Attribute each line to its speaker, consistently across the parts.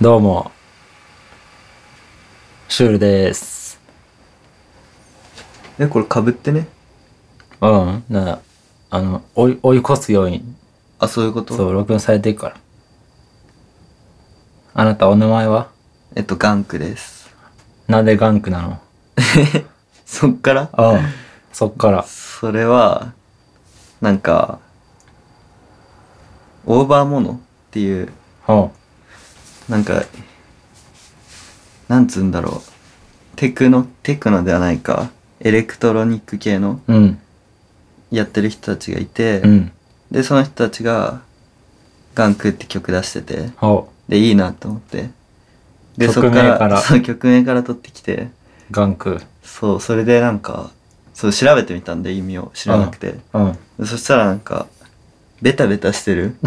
Speaker 1: どうも。シュールです。
Speaker 2: えこれかぶってね
Speaker 1: うん。な、あの、追い、追い越すように、
Speaker 2: あそういうこと
Speaker 1: そう、録音されていくから。あなた、お名前は
Speaker 2: えっとガンクです
Speaker 1: なんでガンクなの
Speaker 2: そっから
Speaker 1: うん。 そっから。
Speaker 2: それはなんかオーバーモノっていう
Speaker 1: うん。
Speaker 2: なんかなんつうんだろうテクノテクノではないかエレクトロニック系の
Speaker 1: うん。
Speaker 2: やってる人たちがいて、
Speaker 1: うん。
Speaker 2: でその人たちが「ガンク」って曲出してて
Speaker 1: ほ
Speaker 2: でいいなと思ってでそ
Speaker 1: 曲
Speaker 2: っ
Speaker 1: 名
Speaker 2: から
Speaker 1: から
Speaker 2: そう曲名から取ってきて
Speaker 1: う。ガンク。
Speaker 2: そう、それでなんか、そう、調べてみたんで、意味を知らなくて。
Speaker 1: うん。
Speaker 2: そしたらなんか、ベタベタし てる化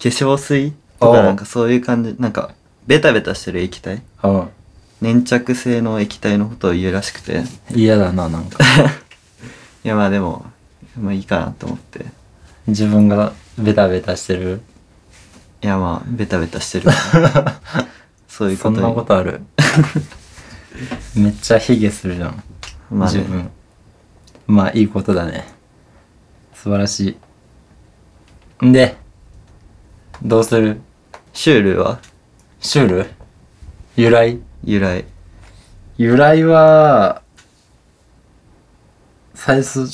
Speaker 2: 粧水と
Speaker 1: おう
Speaker 2: かなんかそういう感じ、なんか、ベタベタしてる液体
Speaker 1: うん。
Speaker 2: 粘着性の液体のことを言うらしくて。
Speaker 1: 嫌だな、なんか。
Speaker 2: いや、まあでも、まあいいかなと思って。い
Speaker 1: 自分がベタベタしてる。
Speaker 2: や、まあ、ベタベタしてる から。そういうこ
Speaker 1: そ
Speaker 2: と
Speaker 1: ん
Speaker 2: に
Speaker 1: なことある めっちゃ卑下するじゃん。
Speaker 2: まあね
Speaker 1: 自分まあいいことだね素晴らしいんでどうする
Speaker 2: シュールは
Speaker 1: シュール由来
Speaker 2: 由来。
Speaker 1: 由来は最初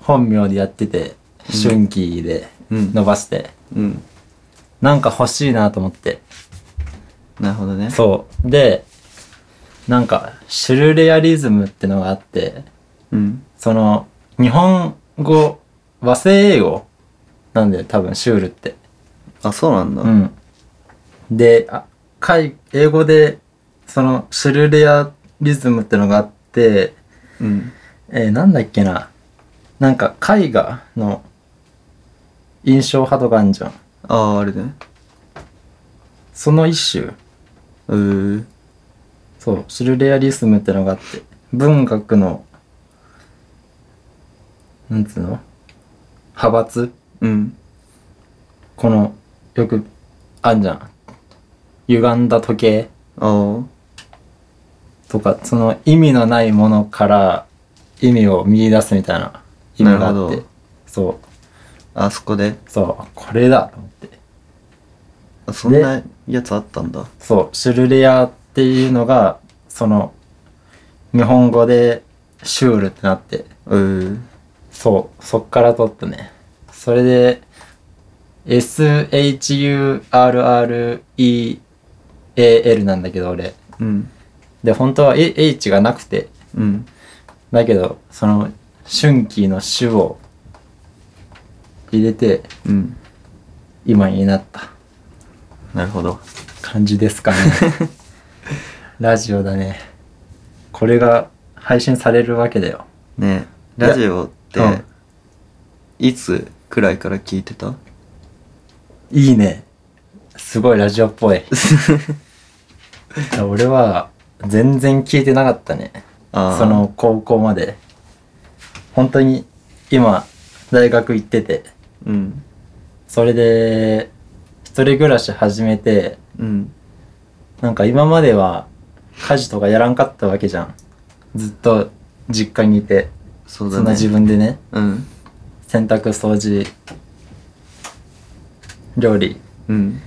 Speaker 1: 本名でやってて春季で
Speaker 2: うん
Speaker 1: 伸ばして、
Speaker 2: うん。
Speaker 1: なんか欲しいなと思って
Speaker 2: なるほどね。
Speaker 1: そうでなんかシュルレアリズムってのがあって
Speaker 2: うん。
Speaker 1: その日本語和製英語なんだよ多分シュールって
Speaker 2: あ、そうなんだ。
Speaker 1: うんであ海英語でそのシュルレアリズムってのがあって
Speaker 2: うん。
Speaker 1: えーなんだっけななんか絵画の印象派とかあんじゃん
Speaker 2: ああ、あれだね。
Speaker 1: その一種
Speaker 2: うー。
Speaker 1: そうシュルレアリズムってのがあって文学のなんつうの派閥
Speaker 2: うん。
Speaker 1: このよくあんじゃん歪んだ時計
Speaker 2: ああ。
Speaker 1: とかその意味のないものから意味を見出すみたいな意味があっ
Speaker 2: な
Speaker 1: て
Speaker 2: るほど
Speaker 1: そ
Speaker 2: あそこで
Speaker 1: うそうこれだと思って
Speaker 2: あそんなやつあったんだ
Speaker 1: そうシュルレアっていうのがその日本語でシュールってなって
Speaker 2: うー
Speaker 1: そうそっから取ったねそれで SHURREAL なんだけど俺
Speaker 2: うん
Speaker 1: で本当は A- H がなくて
Speaker 2: うん
Speaker 1: だけどその春季の「種を入れて
Speaker 2: うん
Speaker 1: 今になった
Speaker 2: なるほど
Speaker 1: 感じです かねラジオだねこれが配信されるわけだよ
Speaker 2: ね
Speaker 1: い
Speaker 2: え
Speaker 1: や
Speaker 2: ラジオって
Speaker 1: うん
Speaker 2: いつくらいから聞い てた
Speaker 1: いいねすごいラジオっぽい俺は全然聞いてなかったね
Speaker 2: あー
Speaker 1: その高校まで本当に今大学行ってて
Speaker 2: うん
Speaker 1: それで一人暮らし始めて
Speaker 2: うん
Speaker 1: なんか今までは家事とかやらんかったわけじゃん。ずっと実家にいて、
Speaker 2: そう
Speaker 1: そ
Speaker 2: だ
Speaker 1: んな
Speaker 2: ね
Speaker 1: 自分でね、
Speaker 2: うん
Speaker 1: 洗濯、掃除、料理。
Speaker 2: うん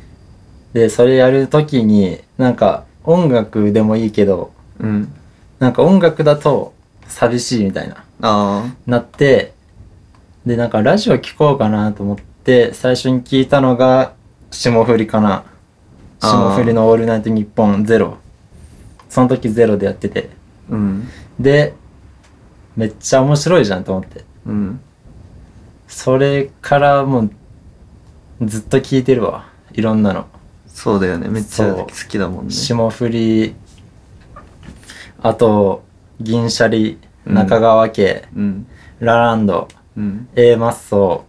Speaker 1: で、それやるときに、なんか音楽でもいいけど、
Speaker 2: うん
Speaker 1: なんか音楽だと寂しいみたいな、
Speaker 2: あ
Speaker 1: なって、で、なんかラジオ聞こうかなと思って、最初に聞いたのが、霜降りかな。霜降りのオールナイトニッポンゼロ。その時ゼロでやってて。
Speaker 2: あうん
Speaker 1: でめっちゃ面白いじゃんと思って
Speaker 2: うん
Speaker 1: それからもうずっと聞いてるわいろんなの
Speaker 2: そうだよねめっちゃ
Speaker 1: そう
Speaker 2: 好きだもんね
Speaker 1: 霜降りあと銀シャリ
Speaker 2: うん
Speaker 1: 中川家、
Speaker 2: うん
Speaker 1: ラランド
Speaker 2: うん
Speaker 1: A マッソ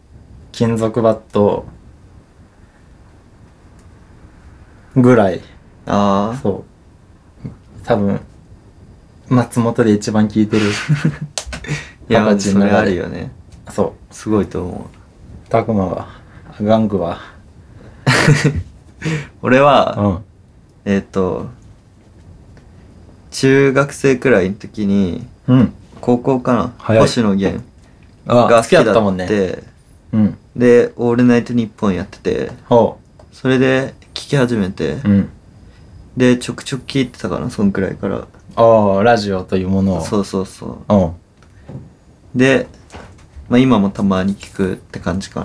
Speaker 1: 金属バットぐらい
Speaker 2: ああ
Speaker 1: そう多分松本で一番聞いてる
Speaker 2: いや
Speaker 1: 二十歳
Speaker 2: そ
Speaker 1: の
Speaker 2: れ
Speaker 1: 中
Speaker 2: ある
Speaker 1: で
Speaker 2: よね
Speaker 1: そう
Speaker 2: すごいと思う
Speaker 1: たくまはガングは
Speaker 2: 俺は
Speaker 1: うん
Speaker 2: えっ、と中学生くらいの時に
Speaker 1: うん。
Speaker 2: 高校かな
Speaker 1: 早い
Speaker 2: 星野源
Speaker 1: あ、
Speaker 2: が
Speaker 1: 好
Speaker 2: 好
Speaker 1: き
Speaker 2: き
Speaker 1: だ
Speaker 2: だ
Speaker 1: ったもん
Speaker 2: っ
Speaker 1: ね。
Speaker 2: て
Speaker 1: うん。
Speaker 2: で「オールナイトニッポン」やってて
Speaker 1: ほ
Speaker 2: それで聴き始めて
Speaker 1: う。うん。
Speaker 2: でちょくちょく聴いてたかなそんくらいから
Speaker 1: ああ、ラジオというものを。。
Speaker 2: そうそうそう
Speaker 1: ん。
Speaker 2: うで、まあ、今もたまに聴くって感じか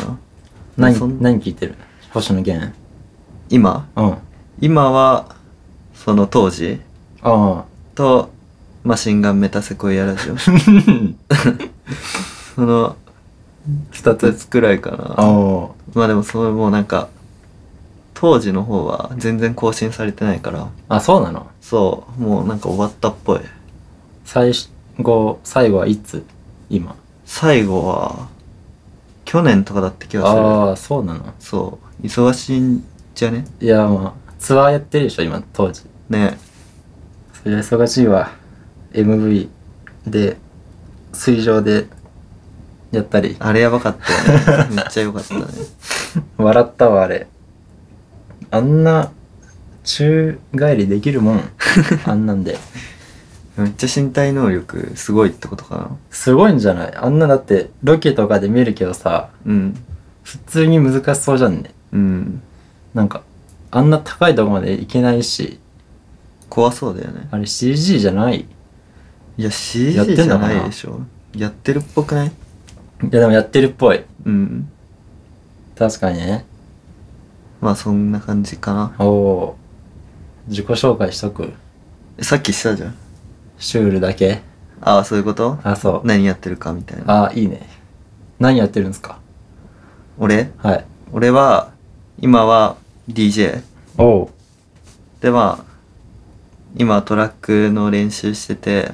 Speaker 2: なそん
Speaker 1: 何、何聞いてる星野源。
Speaker 2: 今
Speaker 1: うん。あ
Speaker 2: 今はその当時
Speaker 1: あ。
Speaker 2: とマシンガンメタセコイアラジオ その
Speaker 1: 二
Speaker 2: 2
Speaker 1: つ。
Speaker 2: つくらいか
Speaker 1: あ
Speaker 2: な
Speaker 1: あ。
Speaker 2: まあでもそれもうなんか当時の方は全然更新されてないから
Speaker 1: あ、そうなの
Speaker 2: そうもうなんか終わったっぽい
Speaker 1: 最後、最後はいつ今。
Speaker 2: 最後は去年とかだった気がする
Speaker 1: ああ、そうなの
Speaker 2: そう忙しいんじゃね
Speaker 1: いや、まあ、ツアーやってるでしょ、今、当時。
Speaker 2: ね
Speaker 1: そりゃ忙しいわ MV で水上でやったり
Speaker 2: あれやばかった よねめっちゃよかったね
Speaker 1: 笑ったわあれあんな宙返りできるも んあんなんで
Speaker 2: めっちゃ身体能力すごいってことかな
Speaker 1: すごいんじゃないあんなだってロケとかで見るけどさ
Speaker 2: うん
Speaker 1: 普通に難しそうじゃんね
Speaker 2: うん
Speaker 1: なんかあんな高いとこまで行けないし
Speaker 2: 怖そうだよね
Speaker 1: あれ CG じゃないい
Speaker 2: いや CG
Speaker 1: やってん
Speaker 2: じ
Speaker 1: の
Speaker 2: ゃ
Speaker 1: かな
Speaker 2: ないでしょやってるっぽくない
Speaker 1: やでもやってるっぽい
Speaker 2: うん
Speaker 1: 確かにね
Speaker 2: まあそんな感じかな
Speaker 1: おおー自己紹介しとく
Speaker 2: えさっきしたじゃん
Speaker 1: シュールだけ
Speaker 2: ああそういうこと
Speaker 1: あそう
Speaker 2: 何やってるかみたいな
Speaker 1: ああいいね何やってるんですか
Speaker 2: 俺
Speaker 1: はい
Speaker 2: 俺は今は DJ
Speaker 1: おう
Speaker 2: でまあ今トラックの練習してて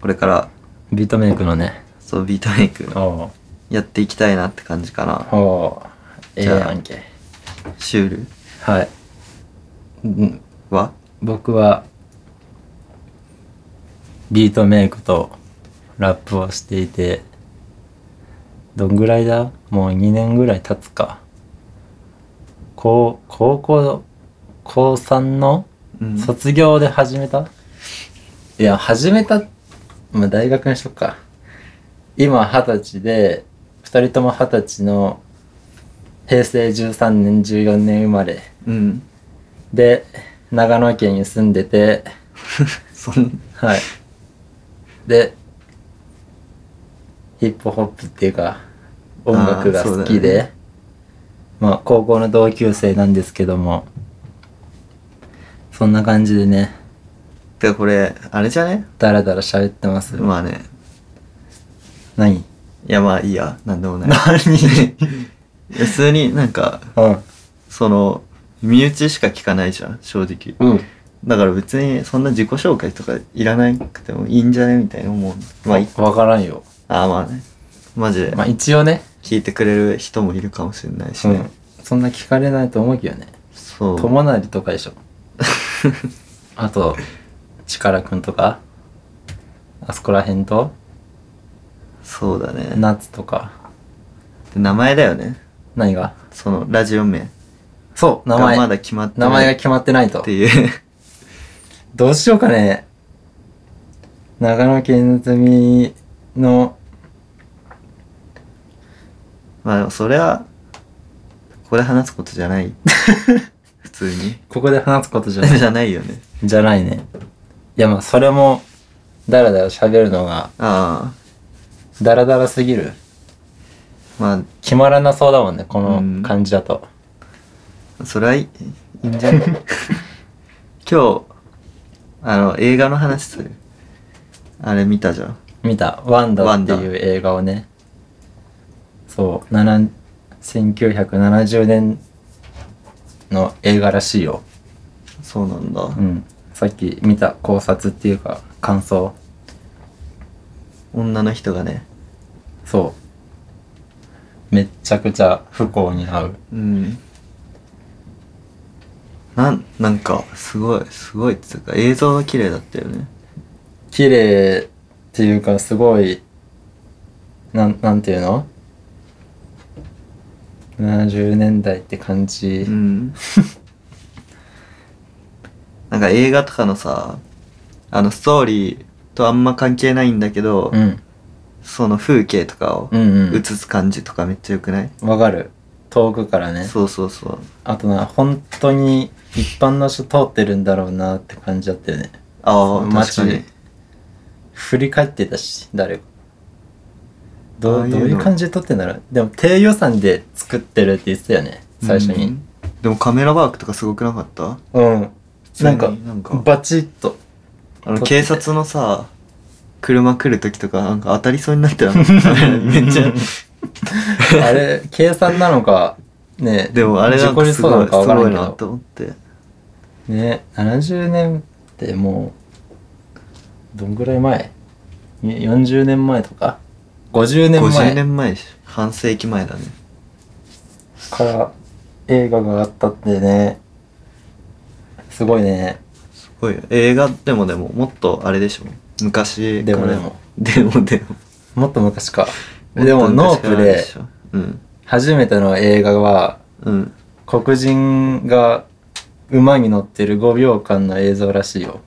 Speaker 2: これから
Speaker 1: ビートメイクのね
Speaker 2: そうビートメイク
Speaker 1: お
Speaker 2: やっていきたいなって感じかな
Speaker 1: うおうええ
Speaker 2: じゃあ
Speaker 1: やんけ
Speaker 2: シュール
Speaker 1: はいん
Speaker 2: は
Speaker 1: 僕はビートメイクとラップをしていてどんぐらいだもう2年ぐらい経つか高高校高3の
Speaker 2: うん
Speaker 1: 卒業で始めた、いや始めたまあ大学にしとくか今二十歳で二人とも二十歳の平成13年14年生まれ
Speaker 2: うん
Speaker 1: で長野県に住んでて
Speaker 2: そん
Speaker 1: はいでヒップホップっていうか音楽が好
Speaker 2: あーそ
Speaker 1: き
Speaker 2: うだ
Speaker 1: で、
Speaker 2: よね
Speaker 1: まあ高校の同級生なんですけどもそんな感じでね
Speaker 2: てかこれあれじゃね
Speaker 1: だらだら喋ってます。
Speaker 2: まあね
Speaker 1: 何
Speaker 2: いやまあいいやなんでもない
Speaker 1: 何
Speaker 2: い や普通になんかその身内しか聞かないじゃん正直
Speaker 1: うん。うん。
Speaker 2: だから別にそんな自己紹介とかいらなくてもいいんじゃねみたいな思うまあい
Speaker 1: わからんよ。
Speaker 2: ああまあねマジで
Speaker 1: まあ一応ね、
Speaker 2: 聞いてくれる人もいるかもしれないしね、
Speaker 1: そんな聞かれないと思うけどね。
Speaker 2: そう
Speaker 1: 友成とかでしょ。あと、力くんとか、あそこら辺と、
Speaker 2: そうだね
Speaker 1: 夏とか、
Speaker 2: で名前だよね
Speaker 1: 何が
Speaker 2: そのラジオ名
Speaker 1: そう、名
Speaker 2: が
Speaker 1: 前。
Speaker 2: まだ決まって
Speaker 1: 名前が
Speaker 2: ない
Speaker 1: 決まってないと
Speaker 2: っ。ていう
Speaker 1: どうしようかね。長野県住みの、
Speaker 2: まあでもそれはここで話すことじゃない 普通に
Speaker 1: ここで話すことじゃない。
Speaker 2: じゃないよね
Speaker 1: じゃないね。いやまあそれも、だらだら喋るのが、
Speaker 2: ああ
Speaker 1: だらだらすぎる。
Speaker 2: ま
Speaker 1: 決まらなそうだもんね、こ
Speaker 2: うん
Speaker 1: の感じだと。
Speaker 2: あそれはいいいいんじゃない今日あの映画の話するあれ見たじゃん
Speaker 1: 見た、ワンダ
Speaker 2: ワ
Speaker 1: っ
Speaker 2: ン
Speaker 1: て
Speaker 2: ダ
Speaker 1: いう映画をね。そう、なな1970年の映画らしいよ。
Speaker 2: そうなんだ、
Speaker 1: うん。さっき見た考察っていうか、感想。
Speaker 2: 女の人がね
Speaker 1: そう。めっちゃくちゃ不幸に遭う。
Speaker 2: うんなんなんかすごいすごいっていうか映像が綺麗だったよね
Speaker 1: 綺麗っていうかすごいなんなんていうの70年代って感じ、
Speaker 2: うんか映画とかのさあのストーリーとあんま関係ないんだけど、
Speaker 1: うん
Speaker 2: その風景とかを
Speaker 1: うん
Speaker 2: 映す感じとかめっちゃよくない、
Speaker 1: うんわかる遠くからね
Speaker 2: そうそうそう
Speaker 1: あとな本当に一般の人通ってるんだろうなって感じだったよね
Speaker 2: ああ確か
Speaker 1: 街
Speaker 2: に
Speaker 1: 振り返ってたし誰かど
Speaker 2: ああ
Speaker 1: う
Speaker 2: いう
Speaker 1: ど
Speaker 2: の
Speaker 1: ういう感じで撮ってんだろうでも低予算で作ってるって言ってたよね最初
Speaker 2: う
Speaker 1: に
Speaker 2: んでもカメラワークとかすごくなかった
Speaker 1: うん、なんか
Speaker 2: 普通になんか
Speaker 1: バチッと
Speaker 2: あの
Speaker 1: 撮ってて
Speaker 2: 警察のさ車来る時とかなんか当たりそうになってなかった めっちゃ
Speaker 1: あれ計算なのかね
Speaker 2: でもあれなん
Speaker 1: 事故
Speaker 2: か
Speaker 1: り
Speaker 2: す
Speaker 1: そう
Speaker 2: ご
Speaker 1: ないの
Speaker 2: す
Speaker 1: かわから
Speaker 2: ご
Speaker 1: ん
Speaker 2: い
Speaker 1: け
Speaker 2: な
Speaker 1: ど
Speaker 2: と思って
Speaker 1: ね70年ってもうどんぐらい前に40年前とか50年
Speaker 2: 50
Speaker 1: 前
Speaker 2: 年前でしょ半世紀前だね
Speaker 1: から映画があったってねすごいね
Speaker 2: すごいよ映画でもでももっとあれでしょ昔
Speaker 1: でも
Speaker 2: から
Speaker 1: でも
Speaker 2: でもでも
Speaker 1: もっと昔か
Speaker 2: っ
Speaker 1: で
Speaker 2: と
Speaker 1: もノ
Speaker 2: 昔
Speaker 1: ー
Speaker 2: から
Speaker 1: プ
Speaker 2: あれ
Speaker 1: で
Speaker 2: しょうん
Speaker 1: 初めての映画は
Speaker 2: うん
Speaker 1: 黒人が馬に乗ってる5秒間の映像らしいよ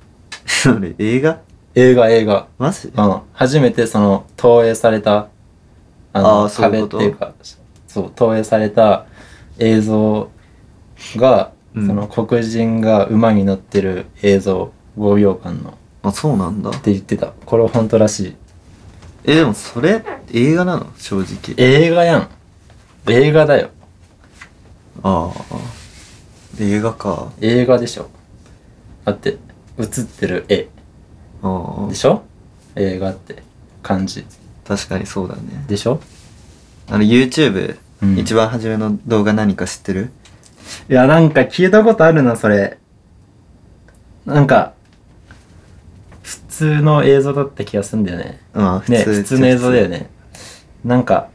Speaker 2: それ映画
Speaker 1: 映画映画
Speaker 2: マジ
Speaker 1: うん、初めてその投影されたあの
Speaker 2: あーそうい
Speaker 1: 壁
Speaker 2: う
Speaker 1: って
Speaker 2: こと
Speaker 1: いうかそう投影された映像が、
Speaker 2: うん
Speaker 1: その黒人が馬に乗ってる映像5秒間のっ
Speaker 2: あそうなんだ
Speaker 1: て言ってたこれ本当らしい
Speaker 2: えでもそれ映画なの正直
Speaker 1: 映画やん映画だよ
Speaker 2: ああ映画か
Speaker 1: 映画でしょだって映ってる絵
Speaker 2: ああ
Speaker 1: でしょ映画って感じ
Speaker 2: 確かにそうだね
Speaker 1: でしょ
Speaker 2: あの YouTube、
Speaker 1: うん
Speaker 2: 一番初めの動画何か知ってる
Speaker 1: いや、なんか聞いたことあるな、それ。なんか、普通の映像だった気がすんだよね。
Speaker 2: まあ普通
Speaker 1: ね、普通の映像だよ
Speaker 2: ね
Speaker 1: ね。なんか、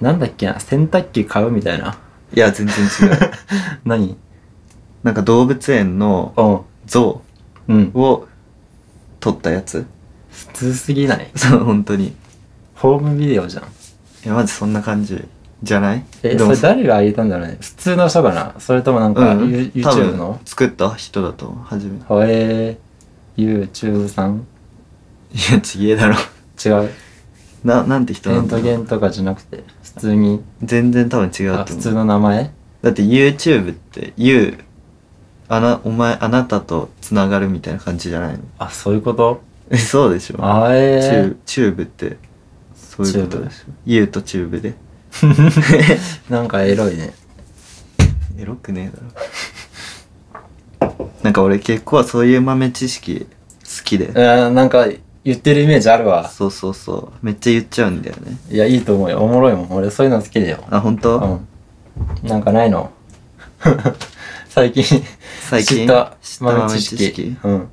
Speaker 1: なんだっけな、洗濯機買うみたい な。
Speaker 2: いや全然 違う
Speaker 1: 何
Speaker 2: なんか動物園の
Speaker 1: うん。
Speaker 2: 像
Speaker 1: うん。
Speaker 2: を撮ったやつ
Speaker 1: 普通すぎない
Speaker 2: そう本当にい
Speaker 1: ホームビデオじゃん。
Speaker 2: やマジそんな感じじゃない
Speaker 1: え、
Speaker 2: で
Speaker 1: そ
Speaker 2: も
Speaker 1: れ誰が上げたんだろうね。普通の人かなそれともなんか、
Speaker 2: うん
Speaker 1: you-
Speaker 2: 多
Speaker 1: YouTube の
Speaker 2: 分作った人だと思う初めい
Speaker 1: えー、YouTube さん
Speaker 2: やちげえだろ
Speaker 1: 違う。
Speaker 2: ななんて人
Speaker 1: エ
Speaker 2: な
Speaker 1: ン
Speaker 2: んだ
Speaker 1: ト
Speaker 2: ろう
Speaker 1: ゲンとかじゃなくて、普通に、
Speaker 2: 全然多分違
Speaker 1: あ
Speaker 2: うと
Speaker 1: 普
Speaker 2: 思
Speaker 1: 通
Speaker 2: う
Speaker 1: の名前
Speaker 2: だって YouTube って You あなお前あなたとつながるみたいな感じじゃないの
Speaker 1: あ、そういうこと
Speaker 2: え そうでしょ
Speaker 1: あー
Speaker 2: チューブ
Speaker 1: え
Speaker 2: チューブってそういうことでしょ U とチューブで
Speaker 1: ー、なんかエロいね。
Speaker 2: エロくねえだろ なんか俺結構そういう豆知識好きで
Speaker 1: うーん、なんか言ってるイメージあるわ。
Speaker 2: そうそうそうめっちゃ言っちゃうんだよね
Speaker 1: いや、いいと思うよ。おもろいもん。俺そういうの好きだよ。
Speaker 2: あ本
Speaker 1: う
Speaker 2: 当、
Speaker 1: ん。なんかない の最近、
Speaker 2: 最近
Speaker 1: 知った
Speaker 2: 知った
Speaker 1: 豆
Speaker 2: 豆
Speaker 1: 知
Speaker 2: 知
Speaker 1: 識
Speaker 2: 識
Speaker 1: うん。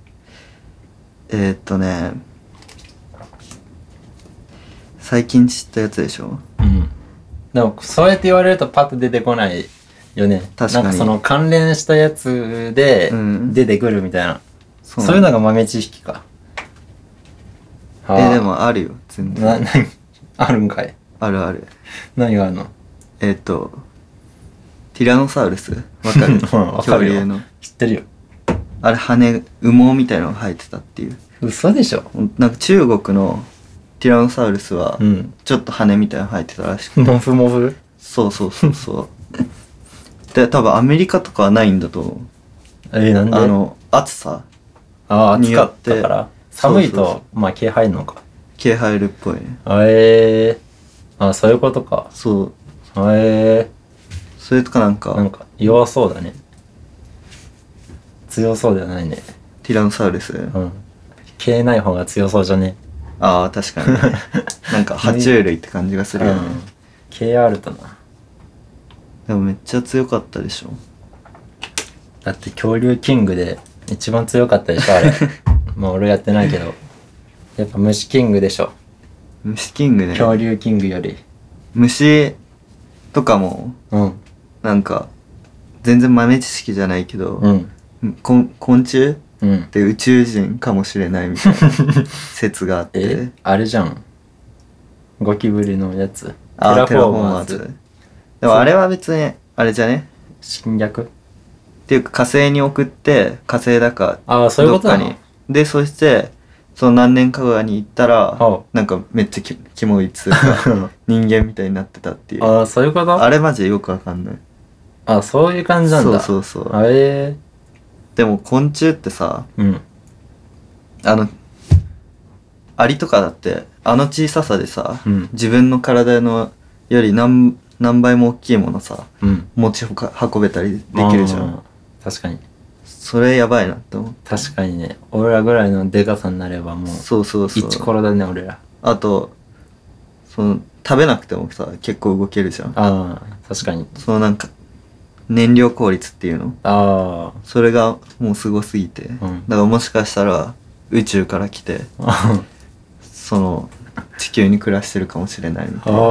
Speaker 2: えー、っとね最近知ったやつでしょ
Speaker 1: うん。でも、そうやって言われるとパッと出てこないよね。
Speaker 2: 確かに
Speaker 1: なんかその関連したやつで
Speaker 2: うん
Speaker 1: 出てくるみたいな。
Speaker 2: そ
Speaker 1: そういう
Speaker 2: な
Speaker 1: のが豆知識か。は
Speaker 2: えで、もあるよ全
Speaker 1: な、
Speaker 2: 然
Speaker 1: な、あるんかい。
Speaker 2: あるある
Speaker 1: 何があるの
Speaker 2: えー、っとティラノサウルスわかる
Speaker 1: うんわかるよ
Speaker 2: 恐竜の
Speaker 1: 知ってるよ。
Speaker 2: あれ羽羽毛みたいのが生えてたっていう
Speaker 1: 嘘でしょ
Speaker 2: なんか中国のティラノサウルスは
Speaker 1: うん。
Speaker 2: ちょっと羽みたいなの生えてたらしくて
Speaker 1: モフモフ
Speaker 2: そうそうそうそ うで多分アメリカとかはないんだと思う
Speaker 1: えー、なんで
Speaker 2: あの暑さ
Speaker 1: あー暑かったから。寒い
Speaker 2: そうそう
Speaker 1: と、まあ、毛入るのか。
Speaker 2: 毛生えるっぽいね
Speaker 1: あえー。あ、そういうことか。
Speaker 2: そう
Speaker 1: あえ
Speaker 2: それとかなん
Speaker 1: ー。な
Speaker 2: か
Speaker 1: んか、弱そうだね。強そうではないね。
Speaker 2: ティラノサウルス
Speaker 1: うん。毛ない方が強そうじゃね。
Speaker 2: ああ確かに ねなんか爬虫類って感じがするよね
Speaker 1: うん毛あるとな。
Speaker 2: でもめっちゃ強かったでしょ
Speaker 1: だって恐竜キングで一番強かったでしょ、あ れ。まあ、俺やってないけど。やっぱ虫キングでしょ。
Speaker 2: 虫キングね
Speaker 1: 恐竜キングより。
Speaker 2: 虫とかも
Speaker 1: うん。
Speaker 2: なんか全然豆知識じゃないけど、
Speaker 1: うん。
Speaker 2: こん昆虫
Speaker 1: うん
Speaker 2: っ。て宇宙人かもしれないみたいな説があって
Speaker 1: えあれじゃんゴキブリのやつテ
Speaker 2: あ
Speaker 1: ラフォーマー
Speaker 2: テ
Speaker 1: ズ
Speaker 2: ラフォーマーズでもあれは別にあれじゃね
Speaker 1: 侵略
Speaker 2: っていうか火星に送って火星だか
Speaker 1: ああそういうことな
Speaker 2: どっ
Speaker 1: の
Speaker 2: かにでそしてその何年か後に行ったら
Speaker 1: お
Speaker 2: なんかめっちゃキキモいっつう か人間みたいになってたっていうあ
Speaker 1: ああそういうことあ
Speaker 2: れマジでよくわかんない
Speaker 1: あそういう感じなん
Speaker 2: そう
Speaker 1: だ
Speaker 2: そうそう
Speaker 1: あえ
Speaker 2: でも昆虫ってさ
Speaker 1: ー、うん
Speaker 2: あのアリとかだってあの小ささでさ、
Speaker 1: うん
Speaker 2: 自分の体のより何何倍も大きいものさ
Speaker 1: うん
Speaker 2: 持ちほか運べたりできるじゃ
Speaker 1: あ
Speaker 2: ん
Speaker 1: ー確かに
Speaker 2: それやばいなって思う
Speaker 1: 確かにね俺らぐらいのデカさになればもう
Speaker 2: そうそうそう
Speaker 1: 一コロだね俺ら
Speaker 2: あとその食べなくてもさ結構動けるじゃん
Speaker 1: ああ確かに
Speaker 2: そのなんか燃料効率っていうの
Speaker 1: あ
Speaker 2: それがもうすごすぎて、
Speaker 1: ん
Speaker 2: だからもしかしたら宇宙から来て
Speaker 1: ああ
Speaker 2: その地球に暮らしてるかもしれないみたいな
Speaker 1: あ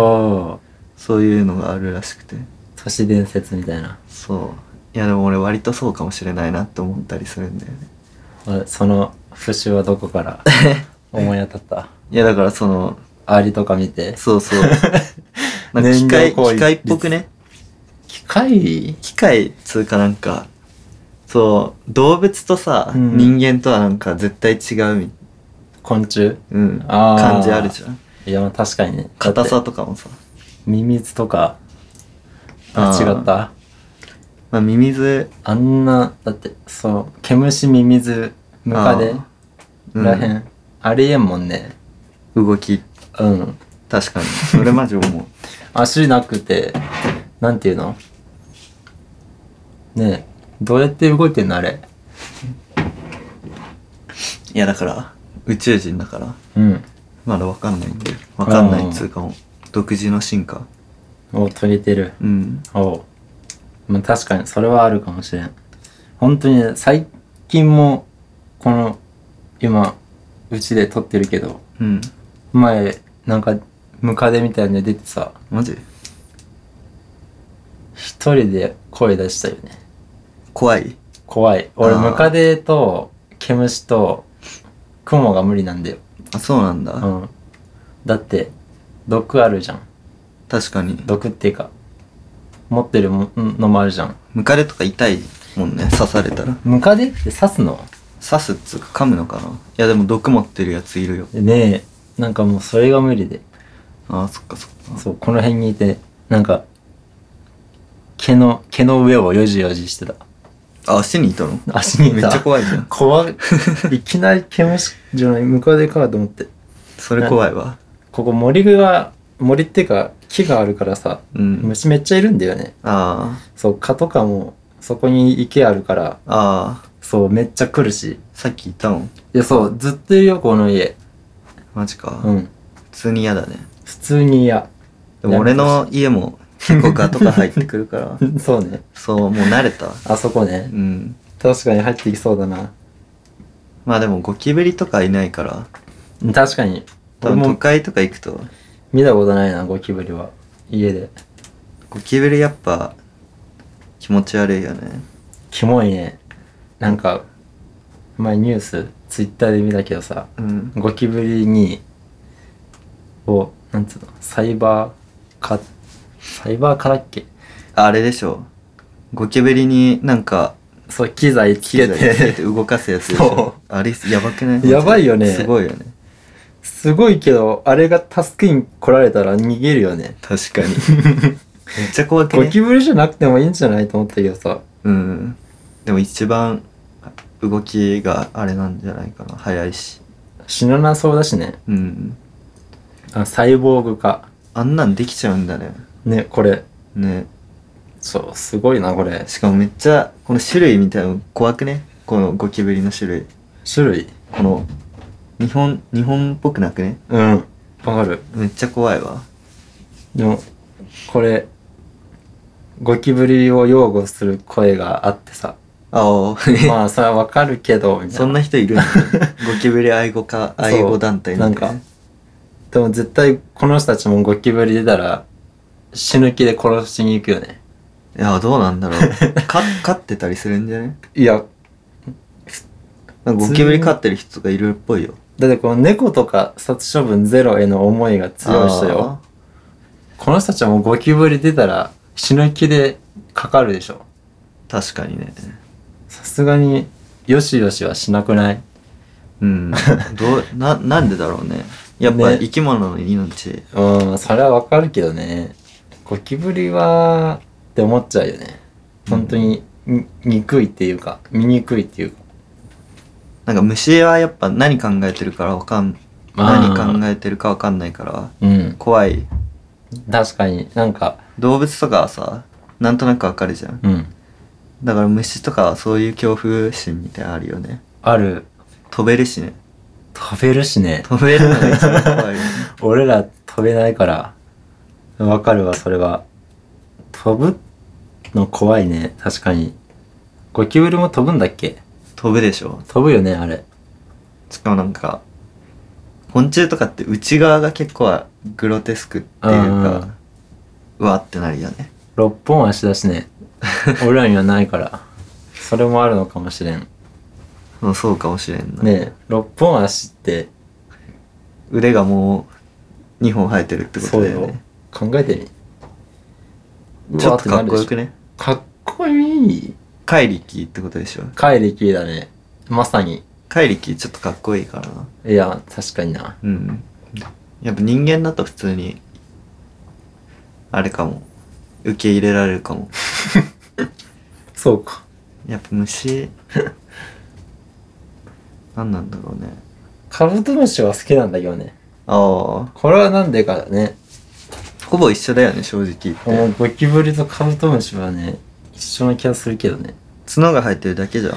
Speaker 2: そういうのがあるらしくて
Speaker 1: 都市伝説みたいな
Speaker 2: そういやでも俺割とそうかもしれないなって思ったりするんだよ
Speaker 1: あ
Speaker 2: ね
Speaker 1: その節はどこから 思い当たった
Speaker 2: いやだからその
Speaker 1: アリとか見て
Speaker 2: そ うそう なんか機
Speaker 1: 燃料
Speaker 2: 械
Speaker 1: 効率
Speaker 2: 機械っぽくね
Speaker 1: 機械
Speaker 2: 機械つうかなんかそう動物とさ、
Speaker 1: うん
Speaker 2: 人間とはなんか絶対違うみ、
Speaker 1: 昆虫
Speaker 2: うん、
Speaker 1: あー
Speaker 2: 感じあるじゃん
Speaker 1: いやまあ確かにね
Speaker 2: 硬
Speaker 1: だ
Speaker 2: さ
Speaker 1: って
Speaker 2: とかもさ、
Speaker 1: ミミズとかあ
Speaker 2: あー
Speaker 1: 違った
Speaker 2: まあ、ミミズ
Speaker 1: あんなだってそう毛虫ミミズムカデ
Speaker 2: あー
Speaker 1: らへん、ありえんもんね
Speaker 2: 動き
Speaker 1: うん
Speaker 2: 確かにそれマジ 思う
Speaker 1: 足なくてなんていうのねえどうやって動いてんのあれ
Speaker 2: いやだから宇宙人だから
Speaker 1: うん
Speaker 2: まだわかんないんでわかんないっつうかもう独自の進化
Speaker 1: を遂げてる
Speaker 2: うん
Speaker 1: おうまあ確かにそれはあるかもしれん本当にね最近もこの今うちで撮ってるけど
Speaker 2: うん
Speaker 1: 前なんかムカデみたいなの出てさ
Speaker 2: マジ
Speaker 1: 一人で声出したよね
Speaker 2: 怖い
Speaker 1: 怖い俺
Speaker 2: あー
Speaker 1: ムカデと毛虫とクモが無理なんだよ
Speaker 2: あそうなんだ、
Speaker 1: うんだって毒あるじゃん
Speaker 2: 確かに
Speaker 1: 毒っていうか持ってるものもあるじゃん
Speaker 2: ムカデとか痛いもんね刺されたら
Speaker 1: ムカデって刺すの
Speaker 2: 刺すっつうか噛むのかないやでも毒持ってるやついるよ
Speaker 1: ねえなんかもうそれが無理で
Speaker 2: あーそっかそっか
Speaker 1: そうこの辺にいてなんか毛の毛の上をよじよじしてた
Speaker 2: あ足にいたの
Speaker 1: 足にいた
Speaker 2: めっちゃ怖いじゃん
Speaker 1: 怖いいきなり毛虫じゃないムカデかと思って
Speaker 2: それ怖いわ
Speaker 1: ここ森が森っていうか木があるからさ
Speaker 2: うん
Speaker 1: 虫めっちゃいるんだよね
Speaker 2: あ
Speaker 1: そう蚊とかもそこに池あるから
Speaker 2: あああ
Speaker 1: そうめっちゃ来るし
Speaker 2: さっきいたもん
Speaker 1: いやそうずっといるよこの家
Speaker 2: マジか、
Speaker 1: うん
Speaker 2: 普通に嫌だね
Speaker 1: 普通に嫌
Speaker 2: でも俺の家も結構ガとか入ってくるから
Speaker 1: そうね
Speaker 2: そうもう慣れた
Speaker 1: あそこね
Speaker 2: うん
Speaker 1: 確かに入ってきそうだな
Speaker 2: まあでもゴキブリとかいないから
Speaker 1: 確かに
Speaker 2: 多
Speaker 1: 俺
Speaker 2: 分都
Speaker 1: も
Speaker 2: 会とか行くと
Speaker 1: 見たことないなゴキブリは家で
Speaker 2: ゴキブリやっぱ気持ち悪いよね
Speaker 1: キモいねなんか前ニュースツイッターで見たけどさ
Speaker 2: うん
Speaker 1: ゴキブリにをなんつうのサイバーかサイバーかだっけ
Speaker 2: ああれでしょゴキブリになんか
Speaker 1: そう機材つ
Speaker 2: 機
Speaker 1: け
Speaker 2: 材つけ
Speaker 1: て
Speaker 2: て動かすやつでしょ
Speaker 1: そ
Speaker 2: あれやばくない
Speaker 1: やばいよね
Speaker 2: すごいよね
Speaker 1: すごいけどあれがタスクに来られたら逃げるよね
Speaker 2: 確かにめっちゃ怖く
Speaker 1: ゴ
Speaker 2: ね
Speaker 1: キブリじゃなくてもいいんじゃないと思ったけどさ
Speaker 2: うんでも一番動きがあれなんじゃないかな早いし
Speaker 1: 死ななそうだしね
Speaker 2: うん
Speaker 1: あサイボーグ化
Speaker 2: あんなんできちゃうんだね
Speaker 1: ねこれ
Speaker 2: ね
Speaker 1: そうすごいなこれ
Speaker 2: しかもめっちゃこの種類みたいなの怖くねこのゴキブリの種類
Speaker 1: 種類
Speaker 2: この日本日本っぽくなくね
Speaker 1: うんわかる
Speaker 2: めっちゃ怖いわ
Speaker 1: でもこれゴキブリを擁護する声があって さ
Speaker 2: ああ
Speaker 1: まあそれはわかるけどみたいな
Speaker 2: そんな人 いるんだねゴキブリ愛護か
Speaker 1: そう
Speaker 2: 愛護団体みたい
Speaker 1: なんかでも絶対この人たちもゴキブリ出たら死ぬ気で殺しに行くよね
Speaker 2: いやどうなんだ ろうか飼ってたりするんじゃね
Speaker 1: いや
Speaker 2: なんかゴキブリ飼ってる人とかいるっぽいよ
Speaker 1: だってこの猫とか殺処分ゼロへの思いが強い人よこの人たちはもうゴキブリ出たら死ぬ気でかかるでしょ
Speaker 2: あー確かにね
Speaker 1: さすがによしよしはしなくない
Speaker 2: うん。どう、な、なんでだろうね。やっぱ
Speaker 1: ね
Speaker 2: 生き物の命。
Speaker 1: うんそれはわかるけどねゴキブリはって思っちゃうよね本当にに憎いっていうか醜いっていうか
Speaker 2: なんか虫はやっぱ何考えてるからわかん、
Speaker 1: あ
Speaker 2: 何
Speaker 1: ー
Speaker 2: 考えてるかわかんないから、
Speaker 1: うん
Speaker 2: 怖い。
Speaker 1: 確かになんか
Speaker 2: 動物とかはさ、なんとなくわかるじゃん。
Speaker 1: うん
Speaker 2: だから虫とかはそういう恐怖心みたいなのあるよね。
Speaker 1: ある
Speaker 2: 飛べるしね。
Speaker 1: 飛べるしね
Speaker 2: 飛べるのが一番 怖いよね。
Speaker 1: 俺ら飛べないからわかるわそれは飛ぶの怖いね確かにゴキブリも飛ぶんだっけ
Speaker 2: 飛ぶでしょ。
Speaker 1: 飛ぶよねあれ
Speaker 2: しかもなんか、昆虫とかって内側が結構はグロテスクっていうか、うわってなるよね。
Speaker 1: 六本足だしね俺らにはないからそれもあるのかもしれん
Speaker 2: うんそうかもしれんな。
Speaker 1: ねえ六本足って
Speaker 2: 腕がもう2本生えてるってこと
Speaker 1: そう
Speaker 2: だよ
Speaker 1: よ
Speaker 2: ね。
Speaker 1: 考えてみ
Speaker 2: ちょっとかっこ
Speaker 1: うわ
Speaker 2: よ
Speaker 1: てなるでし
Speaker 2: く
Speaker 1: ょ
Speaker 2: ね。
Speaker 1: かっこいい
Speaker 2: 怪力ってことでしょ。
Speaker 1: 怪力だねまさに
Speaker 2: 怪力ちょっとかっこいいからな。
Speaker 1: いや確かにな
Speaker 2: うん。やっぱ人間だと普通に、あれかも。受け入れられるかも。
Speaker 1: そうか
Speaker 2: やっぱ虫、 何なんだろうね。
Speaker 1: カブトムシは好きなんだけどね
Speaker 2: ああ、
Speaker 1: これはなんでかね
Speaker 2: ほぼ一緒だよね、正直言って。
Speaker 1: このゴキブリとカブトムシはね一緒な気がするけどね
Speaker 2: 角が生えてるだけじゃん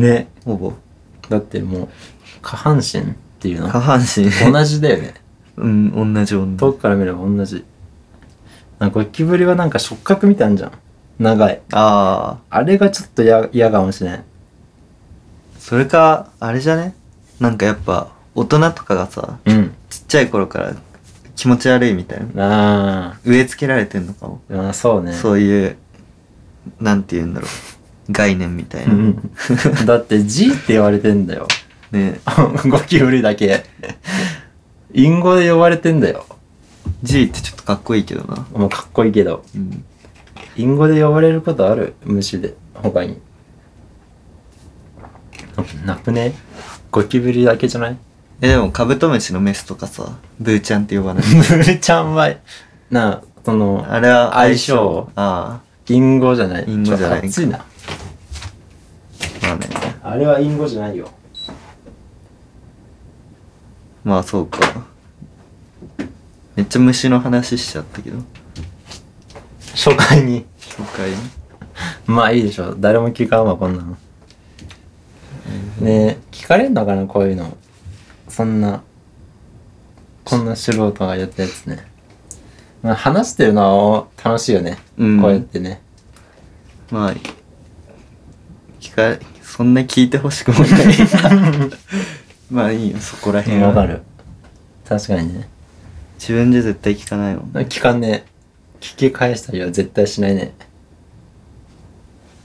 Speaker 1: ね
Speaker 2: ほぼ
Speaker 1: だってもう下半身っていうの
Speaker 2: 下半身
Speaker 1: 同じだよね
Speaker 2: うん同じ女
Speaker 1: 遠くから見れば同じなんかゴキブリはなんか触覚みたいなんじゃん長い
Speaker 2: あ
Speaker 1: あれがちょっとや嫌かもしれん
Speaker 2: あそれかあれじゃねなんかやっぱ大人とかがさ
Speaker 1: うん
Speaker 2: ちっちゃい頃から気持ち悪いみたいな
Speaker 1: あ
Speaker 2: 植え付けられてんのかも、
Speaker 1: ーまあそうね
Speaker 2: そういうなんて言うんだろう概念みたいうな、
Speaker 1: ん だって G って言われてんだよ
Speaker 2: ね
Speaker 1: ゴキブリだけ隠語で呼ばれてんだよ
Speaker 2: G ってちょっとかっこいいけどな
Speaker 1: もうかっこいいけど
Speaker 2: うん
Speaker 1: 隠語で呼ばれることある虫で他になくねゴキブリだけじゃない
Speaker 2: えでもカブトムシのメスとかさブーちゃんって呼 ばない
Speaker 1: ブルちゃんはなあその
Speaker 2: あれは
Speaker 1: 相性
Speaker 2: あ
Speaker 1: 隠語じゃない
Speaker 2: 隠語じゃない
Speaker 1: ちょっと熱いな
Speaker 2: あまあね
Speaker 1: あれは隠語じゃないよ
Speaker 2: まあそうか。めっちゃ虫の話しちゃったけど。
Speaker 1: 初回に
Speaker 2: そうかい。
Speaker 1: まあいいでしょ誰も聞かんわこんなのねえ聞かれんのかなこういうのそんなこんな素人がやったやつね、まあ、話してるのは楽しいよね、
Speaker 2: うん
Speaker 1: こうやってね
Speaker 2: まあ、聞か、そんな聞いてほしく もない。まあ いいよ、そこら辺は。
Speaker 1: わか。る確かにね
Speaker 2: 自分じゃ絶対聞かないもん。
Speaker 1: 聞かんね聞き返したりは絶対しないね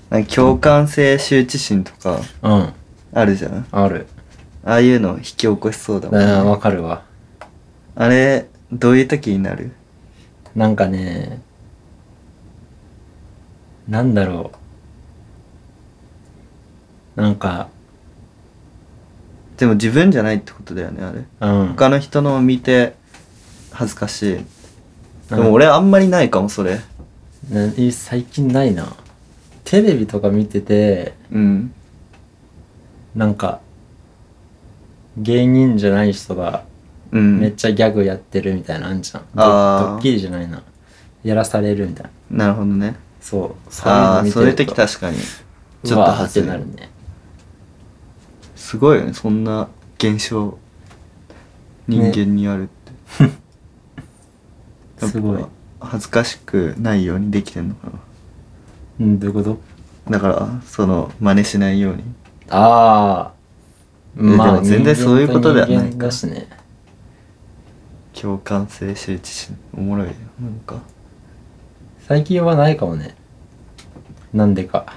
Speaker 2: なんか共感性羞恥心とか
Speaker 1: うん
Speaker 2: あるじゃん。
Speaker 1: ある
Speaker 2: ああいうの引き起こしそうだもん、
Speaker 1: あ
Speaker 2: ね。
Speaker 1: わかるわ
Speaker 2: あれ、どういう時になる
Speaker 1: なんかねなんだろうなんか
Speaker 2: でも自分じゃないってことだよね、あれ。
Speaker 1: うん
Speaker 2: 他の人のを見て恥ずかしい。で
Speaker 1: う
Speaker 2: も
Speaker 1: ん
Speaker 2: 俺あんまりないかも、それ。
Speaker 1: ね最近ないなテレビとか見てて
Speaker 2: うん。
Speaker 1: なんか芸人じゃない人が
Speaker 2: うん。
Speaker 1: めっちゃギャグやってるみたいなのあんじゃん、ド
Speaker 2: あー
Speaker 1: ドッキリじゃないなやらされるみたいな
Speaker 2: なるほどね。
Speaker 1: そうそういう
Speaker 2: あ
Speaker 1: の
Speaker 2: あー、
Speaker 1: 見
Speaker 2: そういう
Speaker 1: てる
Speaker 2: 時
Speaker 1: と
Speaker 2: 確かに。ちょ
Speaker 1: う
Speaker 2: っと
Speaker 1: わー
Speaker 2: 恥
Speaker 1: って
Speaker 2: ず
Speaker 1: な
Speaker 2: かし
Speaker 1: る
Speaker 2: い。
Speaker 1: ね
Speaker 2: すごいよね、そんな現象。人間にあるって。やっぱ
Speaker 1: すごい。
Speaker 2: 恥ずかしくないようにできてんのか
Speaker 1: うんどういうこと
Speaker 2: な。だから、その、真似しないように。
Speaker 1: ああ
Speaker 2: でも全然そういうことではないか
Speaker 1: 人間だしね
Speaker 2: 共感性羞恥心。おもろいよ。なんか。
Speaker 1: 最近はないかもねなんでか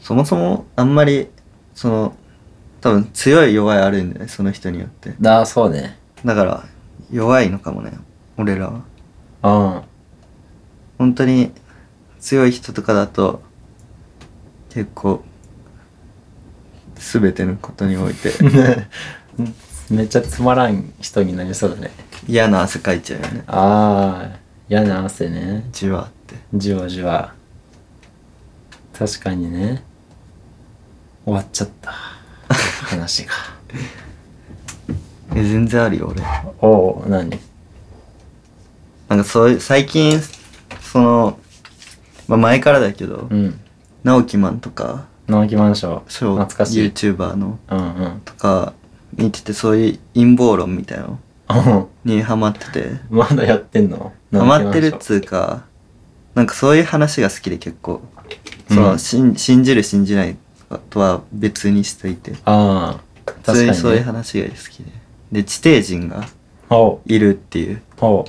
Speaker 2: そもそも、あんまり、その、多分強い弱いあるんじゃないその人によって。
Speaker 1: ああそうね
Speaker 2: だから、弱いのかもね。俺らは。
Speaker 1: うん
Speaker 2: 本当に強い人とかだと結構全てのことにおいて
Speaker 1: めっちゃつまらん人になりそうだね
Speaker 2: 嫌な汗かいちゃうよね
Speaker 1: ああ嫌な汗ね
Speaker 2: じわって
Speaker 1: じわじわ確かにね終わっちゃった話 が
Speaker 2: え全然あるよ俺
Speaker 1: おお何
Speaker 2: なんかそういう最近その、まあ、前からだけど、
Speaker 1: うん
Speaker 2: 直木マンとか
Speaker 1: 直木マンション
Speaker 2: そう
Speaker 1: 懐かしい
Speaker 2: YouTuber の
Speaker 1: うんうん
Speaker 2: とか見ててそういう陰謀論みたいなの
Speaker 1: うん
Speaker 2: にハマってて
Speaker 1: まだやってんの
Speaker 2: ハマってるっ
Speaker 1: う
Speaker 2: つうかなんかそういう話が好きで結構
Speaker 1: うん
Speaker 2: その、しん信じる信じないとは別にしといて
Speaker 1: ああ確
Speaker 2: 普
Speaker 1: かに、
Speaker 2: 通
Speaker 1: ね、
Speaker 2: にそういう話が好きでで地底人が
Speaker 1: おう
Speaker 2: いるっていう
Speaker 1: お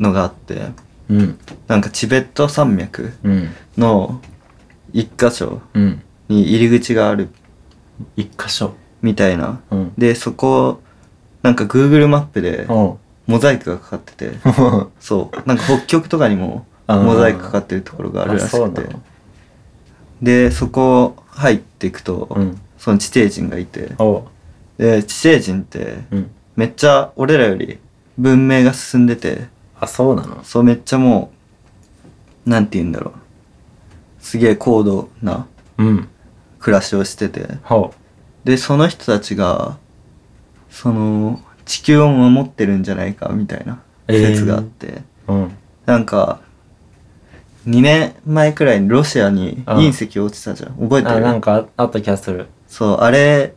Speaker 2: のがあって
Speaker 1: ううん
Speaker 2: なんかチベット山脈
Speaker 1: うん
Speaker 2: の一箇所
Speaker 1: うん
Speaker 2: に入り口がある
Speaker 1: 一箇所
Speaker 2: みたいな
Speaker 1: うん
Speaker 2: でそこなんか Google マップで
Speaker 1: お う
Speaker 2: モザイクがかかっててそうなんか北極とかにも
Speaker 1: あー
Speaker 2: モザイクかかってるところがあるらし
Speaker 1: そう
Speaker 2: く
Speaker 1: な
Speaker 2: て
Speaker 1: の
Speaker 2: でそこ入っていくと、
Speaker 1: うん
Speaker 2: その地底人がいて
Speaker 1: おう
Speaker 2: で地底人って
Speaker 1: うん
Speaker 2: めっちゃ俺らより文明が進んでて
Speaker 1: あそうなの
Speaker 2: そうめっちゃもうなんて言うんだろうすげえ高度な
Speaker 1: うん
Speaker 2: 暮らしをしてて
Speaker 1: ほ
Speaker 2: でその人たちがその地球を守ってるんじゃないかみたいな説があって、
Speaker 1: ううん
Speaker 2: なんか2年前くらいにロシアに
Speaker 1: ああ
Speaker 2: 隕石落ちたじゃん覚えて
Speaker 1: あ
Speaker 2: る
Speaker 1: なんかああった気がする
Speaker 2: そうあれ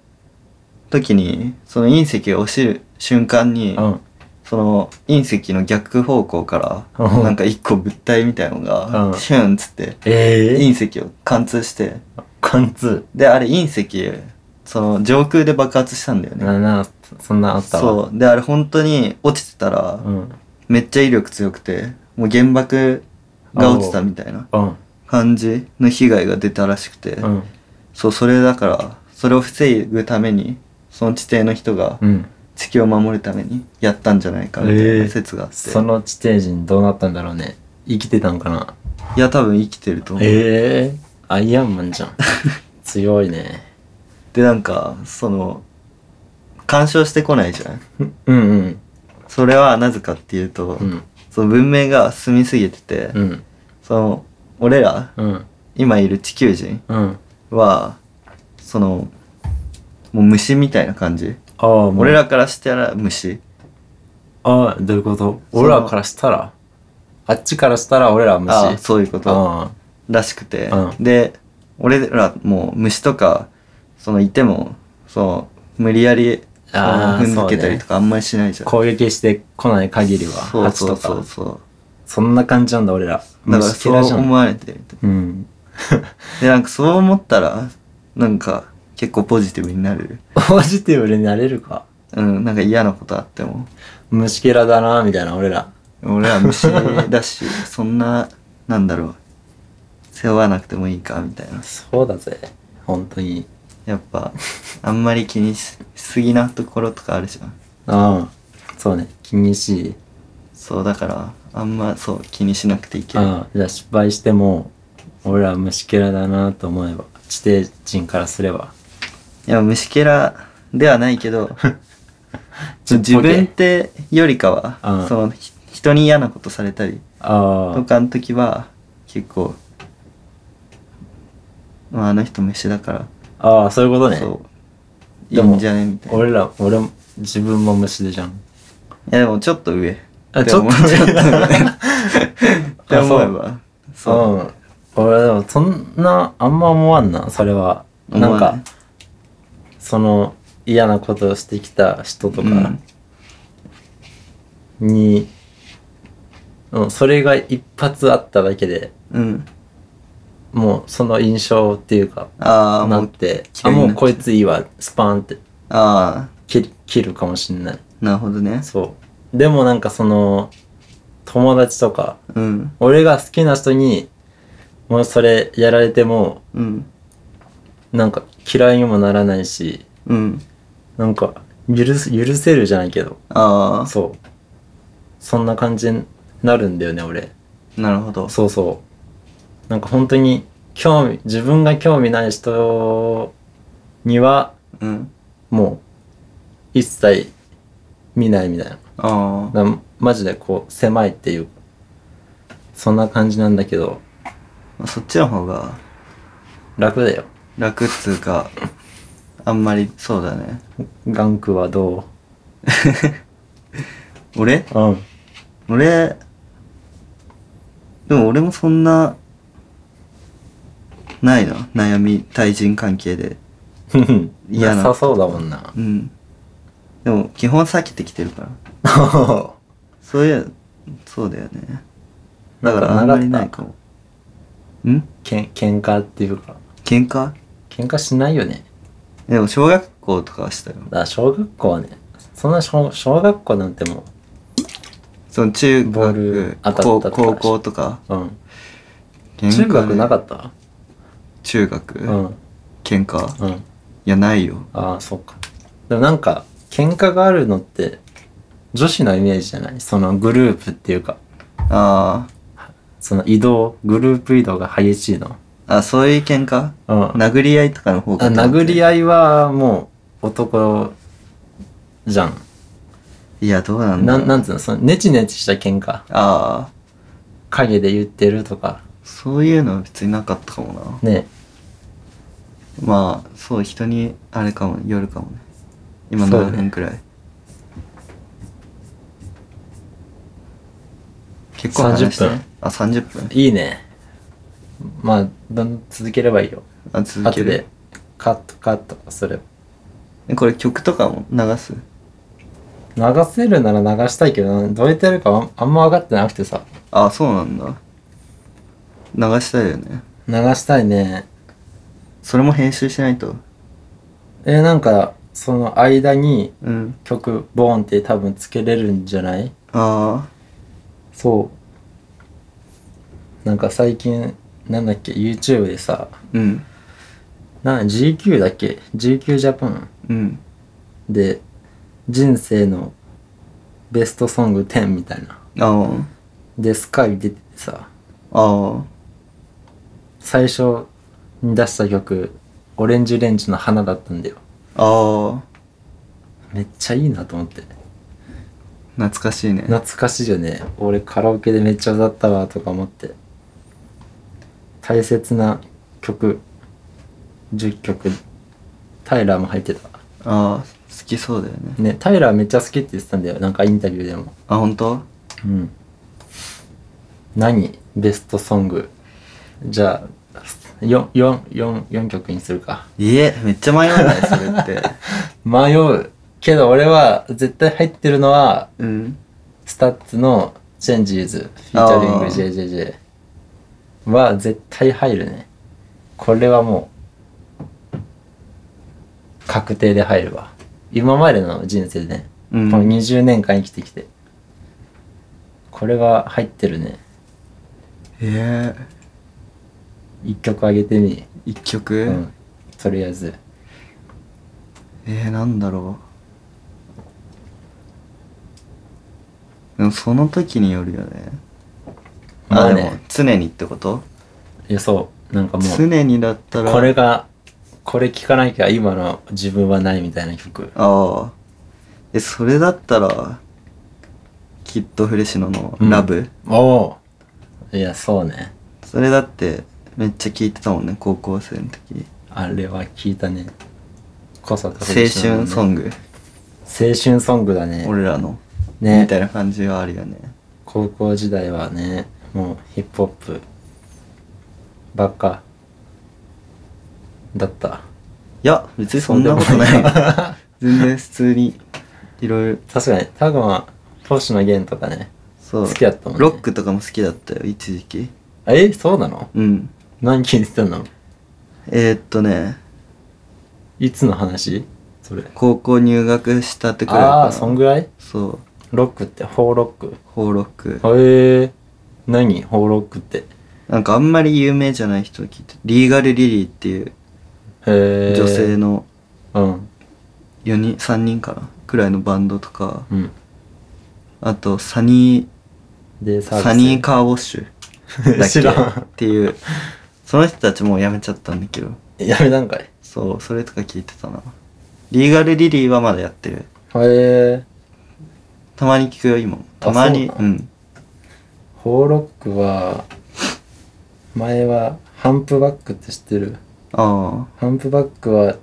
Speaker 2: 時にその隕石が落ちる瞬間に、
Speaker 1: うん
Speaker 2: その隕石の逆方向から、
Speaker 1: うん
Speaker 2: なんか一個物体みたいのが、
Speaker 1: うん
Speaker 2: シュンっつって
Speaker 1: ええ
Speaker 2: 隕石を貫通して
Speaker 1: 貫通
Speaker 2: であれ隕石その上空で爆発したんだよね
Speaker 1: ななそんなあったわ
Speaker 2: そうであれ本当に落ちてたら、
Speaker 1: うん
Speaker 2: めっちゃ威力強くてもう原爆が落ちたみたいな
Speaker 1: うん
Speaker 2: 感じの被害が出たらしくて、
Speaker 1: うん
Speaker 2: そうそれだからそれを防ぐためにその地底の人が
Speaker 1: うん
Speaker 2: 地球を守るためにやったんじゃないかみたいな説があって、
Speaker 1: その地底人どうなったんだろうね生きてたんかない
Speaker 2: や多分生きてると思う、
Speaker 1: ええアイアンマンじ ゃん強いね
Speaker 2: でなんかその干渉してこないじゃん
Speaker 1: うんうん
Speaker 2: それはなぜかっていうと、
Speaker 1: うん
Speaker 2: その文明が進みすぎてて、
Speaker 1: うん
Speaker 2: その俺ら
Speaker 1: うん
Speaker 2: 今いる地球人
Speaker 1: うん
Speaker 2: はそのもう虫みたいな感じ、
Speaker 1: ああもう
Speaker 2: 俺らからしたら虫
Speaker 1: ああどういうこと俺らからしたらあっちからしたら俺らは虫
Speaker 2: ああそういうこと
Speaker 1: あ
Speaker 2: らしくて、
Speaker 1: う
Speaker 2: で俺らもう虫とかそのいてもその無理やりその
Speaker 1: あー
Speaker 2: 踏んづけたりとかあんまりしないじ
Speaker 1: あ
Speaker 2: ゃん
Speaker 1: 攻撃してこない限りは
Speaker 2: そうそう
Speaker 1: 蜂と
Speaker 2: そう
Speaker 1: か
Speaker 2: そう
Speaker 1: そんな感じなんだ俺ら
Speaker 2: だから
Speaker 1: 虫
Speaker 2: そ
Speaker 1: けらじ
Speaker 2: う
Speaker 1: ゃん
Speaker 2: 思われてる
Speaker 1: うん。
Speaker 2: でなんかそう思ったらなんか結構ポジティブになれる
Speaker 1: ポジティブになれるか。
Speaker 2: うんなんか嫌なことあっても
Speaker 1: 虫けらだな、みたいな、俺ら。
Speaker 2: 俺は虫だしそんななんだろう背負わなくてもいいかみたいな
Speaker 1: そうだぜ。本当に。
Speaker 2: やっぱあんまり気にししすぎなところとかあるじゃん
Speaker 1: ああ。そうね。気にしい。
Speaker 2: そうだからあんまそう気にしなくていける
Speaker 1: ああ。じゃあ失敗しても、俺ら虫けらだなと思えば、地底人からすれば。
Speaker 2: いや虫けらではないけ ど
Speaker 1: ちょっと
Speaker 2: 自分ってよりか
Speaker 1: う
Speaker 2: は
Speaker 1: ん
Speaker 2: そのひ人に嫌なことされたりと
Speaker 1: あ
Speaker 2: かの時は結構、まあ、あの人虫だから
Speaker 1: あ。ああ、そういうことね。
Speaker 2: そうい
Speaker 1: で
Speaker 2: い
Speaker 1: も
Speaker 2: んじゃねみたいな
Speaker 1: 俺ら、俺も、自分も虫でじゃん。
Speaker 2: いやでもちょっと上。
Speaker 1: あ
Speaker 2: でも
Speaker 1: ちょっと上
Speaker 2: ちょ っと上。って思えば。そう。
Speaker 1: うん。俺でもそんな、あんま思わんな、それは。
Speaker 2: 思
Speaker 1: なん
Speaker 2: わない
Speaker 1: か、その嫌なことをしてきた人とかに、うんそれが一発あっただけで
Speaker 2: うん。
Speaker 1: もうその印象っていうか
Speaker 2: ああ、も
Speaker 1: なっ
Speaker 2: う。
Speaker 1: てあ
Speaker 2: 嫌いにな
Speaker 1: も
Speaker 2: っ
Speaker 1: うこいついいわスパーンって
Speaker 2: あ
Speaker 1: 切る切るかもしんない
Speaker 2: あ、なるほどね。
Speaker 1: そうでもなんかその友達とか
Speaker 2: うん。
Speaker 1: 俺が好きな人にもうそれやられても
Speaker 2: うん。
Speaker 1: なんか嫌いにもならないし
Speaker 2: うん。
Speaker 1: なんか許す許せるじゃないけど
Speaker 2: あ
Speaker 1: そう。そんな感じになるんだよね、俺。
Speaker 2: あ、なるほど。
Speaker 1: そうそう。なんか本当に興味自分が興味ない人には
Speaker 2: うん
Speaker 1: もう一切見ないみたいな
Speaker 2: ああ
Speaker 1: だからマジでこう狭いっていうそんな感じなんだけど
Speaker 2: まあそっちの方が
Speaker 1: 楽だよ
Speaker 2: 楽っつうかあんまりそうだね
Speaker 1: ガンクはど
Speaker 2: 俺
Speaker 1: ううん
Speaker 2: 俺でも俺もそんなないな悩み対人関係で
Speaker 1: ふふ
Speaker 2: 嫌な
Speaker 1: なさそうだもんな
Speaker 2: うんでも基本避けてきてるからそういうそうだよねだからあんまりないかもん
Speaker 1: けん喧嘩っていうか
Speaker 2: 喧嘩
Speaker 1: 喧嘩しないよね
Speaker 2: でも小学校とかはしたよ
Speaker 1: だから小学校はねそんな小小学校なんても
Speaker 2: その中
Speaker 1: ボール
Speaker 2: 学
Speaker 1: 当たったとか
Speaker 2: 高高校とか
Speaker 1: う、うん、
Speaker 2: 喧嘩
Speaker 1: 中学なか
Speaker 2: った
Speaker 1: った
Speaker 2: 中学、
Speaker 1: うん
Speaker 2: 喧嘩
Speaker 1: うん
Speaker 2: いやないよ
Speaker 1: ああそうかでもなんか喧嘩があるのって女子のイメージじゃないそのグループっていうか
Speaker 2: あ
Speaker 1: その移動グループ移動が激しいの
Speaker 2: ーあそういう喧嘩
Speaker 1: うんあ
Speaker 2: 殴り合いとかの方が
Speaker 1: 殴り
Speaker 2: 合
Speaker 1: 合いはもう男じゃん
Speaker 2: いいやどうなんだ
Speaker 1: な
Speaker 2: ろうん
Speaker 1: なんつうのそのネチネチした喧嘩
Speaker 2: ああ
Speaker 1: 影で言ってるとか
Speaker 2: そういうのは別になかったかもな
Speaker 1: ね
Speaker 2: まあそう人にあれかもよるかもね今
Speaker 1: そうね
Speaker 2: 何分くらい、結構話して
Speaker 1: 30分
Speaker 2: あ30分
Speaker 1: いいねまあどん続ければいいよ
Speaker 2: あ続け
Speaker 1: 後
Speaker 2: る
Speaker 1: でカットカットそれ
Speaker 2: えこれ曲とかも流す
Speaker 1: 流せるなら流したいけどなどうやってやるかあんあんま分かってなくてさ
Speaker 2: あそうなんだ流したいよね
Speaker 1: 流したいね
Speaker 2: それも編集しないと
Speaker 1: えーなんかその間に
Speaker 2: うん
Speaker 1: 曲ボーンって多分つけれるんじゃない
Speaker 2: あ
Speaker 1: そうなんか最近なんだっけ YouTube でさ
Speaker 2: あうん
Speaker 1: な GQ だっけ GQ ジャパン
Speaker 2: うん
Speaker 1: で人生のベストソング10みたいな
Speaker 2: あー
Speaker 1: でスカイ出ててさ
Speaker 2: ああ
Speaker 1: 最初に出した曲オレンジレンジの花だったんだよ
Speaker 2: ああ
Speaker 1: めっちゃいいなと思って
Speaker 2: 懐かしいね
Speaker 1: 懐かしいよね俺カラオケでめっちゃ歌ったわとか思って大切な曲10曲タイラーも入ってた
Speaker 2: ああ好きそうだよね
Speaker 1: ねタイラーめっちゃ好きって言ってたんだよなんかインタビューでも
Speaker 2: あ本当
Speaker 1: うん何ベストソングじゃあ 4, 4, 4, 4曲にするか
Speaker 2: いえめっちゃ迷わないそれって
Speaker 1: 迷うけど俺は絶対入ってるのは
Speaker 2: うん
Speaker 1: スタッツの「チェンジーズ」フィーチャリング
Speaker 2: あー
Speaker 1: JJJ は絶対入るねこれはもう確定で入るわ今までの人生でね、
Speaker 2: うん
Speaker 1: この20年間生きてきてこれは入ってるね
Speaker 2: ええ
Speaker 1: 1曲あげてみ、
Speaker 2: 一曲、
Speaker 1: うん、とりあえず
Speaker 2: えー、なんだろうでもその時によるよね
Speaker 1: ま
Speaker 2: あ
Speaker 1: あ
Speaker 2: でも
Speaker 1: ね
Speaker 2: 常にってこと
Speaker 1: いやそうなんかもう
Speaker 2: 常にだったら
Speaker 1: これがこれ聴かなきゃ今の自分はないみたいな曲
Speaker 2: ああえそれだったらきっとフレシノの「
Speaker 1: うん
Speaker 2: ラブ、
Speaker 1: おおいやそうね
Speaker 2: それだってめっちゃ聞いてたもんね高校生の時
Speaker 1: あれは聞いたね。小坂
Speaker 2: 青春ソ
Speaker 1: グ。
Speaker 2: ング、
Speaker 1: 青春ソングだね。
Speaker 2: 俺らの、み
Speaker 1: ね
Speaker 2: た。いな感じがあるよね
Speaker 1: 高校時代はね、もうヒップホップばっかだった。
Speaker 2: いや別にそんなこと
Speaker 1: そう
Speaker 2: ない
Speaker 1: でもな
Speaker 2: 全然普通にいろいろ
Speaker 1: 確かに、タグマ、星野源とかね。
Speaker 2: そう
Speaker 1: 好きだったもんね
Speaker 2: ロックとかも好きだったよ一時期
Speaker 1: え、そうなの
Speaker 2: うん
Speaker 1: 何聞いてたの
Speaker 2: えー、っとね
Speaker 1: いつの話それ。
Speaker 2: 高校入学したってくらい
Speaker 1: あ
Speaker 2: か
Speaker 1: あ、
Speaker 2: な
Speaker 1: そんぐらい
Speaker 2: そう
Speaker 1: ロックって、ホーロック。
Speaker 2: ホーロック
Speaker 1: へえ。何ホーロックって。
Speaker 2: なんかあんまり有名じゃない人聞いてリーガルリリーっていう
Speaker 1: へえ。
Speaker 2: 女性。の
Speaker 1: うん。
Speaker 2: 4人3人かなくらいのバンドとか
Speaker 1: うん。
Speaker 2: あとサニー
Speaker 1: で、サービス
Speaker 2: サニーカーウォッシュだっ け
Speaker 1: 知らん
Speaker 2: っていうその人たちもう辞めちゃったんだけど。
Speaker 1: やめたんかい。へ
Speaker 2: そう、それとか聞いてたな。リーガルリリーはまだやってる。
Speaker 1: え
Speaker 2: たまに聞くよ、今も。たまに。
Speaker 1: あそうう
Speaker 2: うん。
Speaker 1: ホーロックは、前はハンプバックって知ってる
Speaker 2: ああ。
Speaker 1: ハンプバックは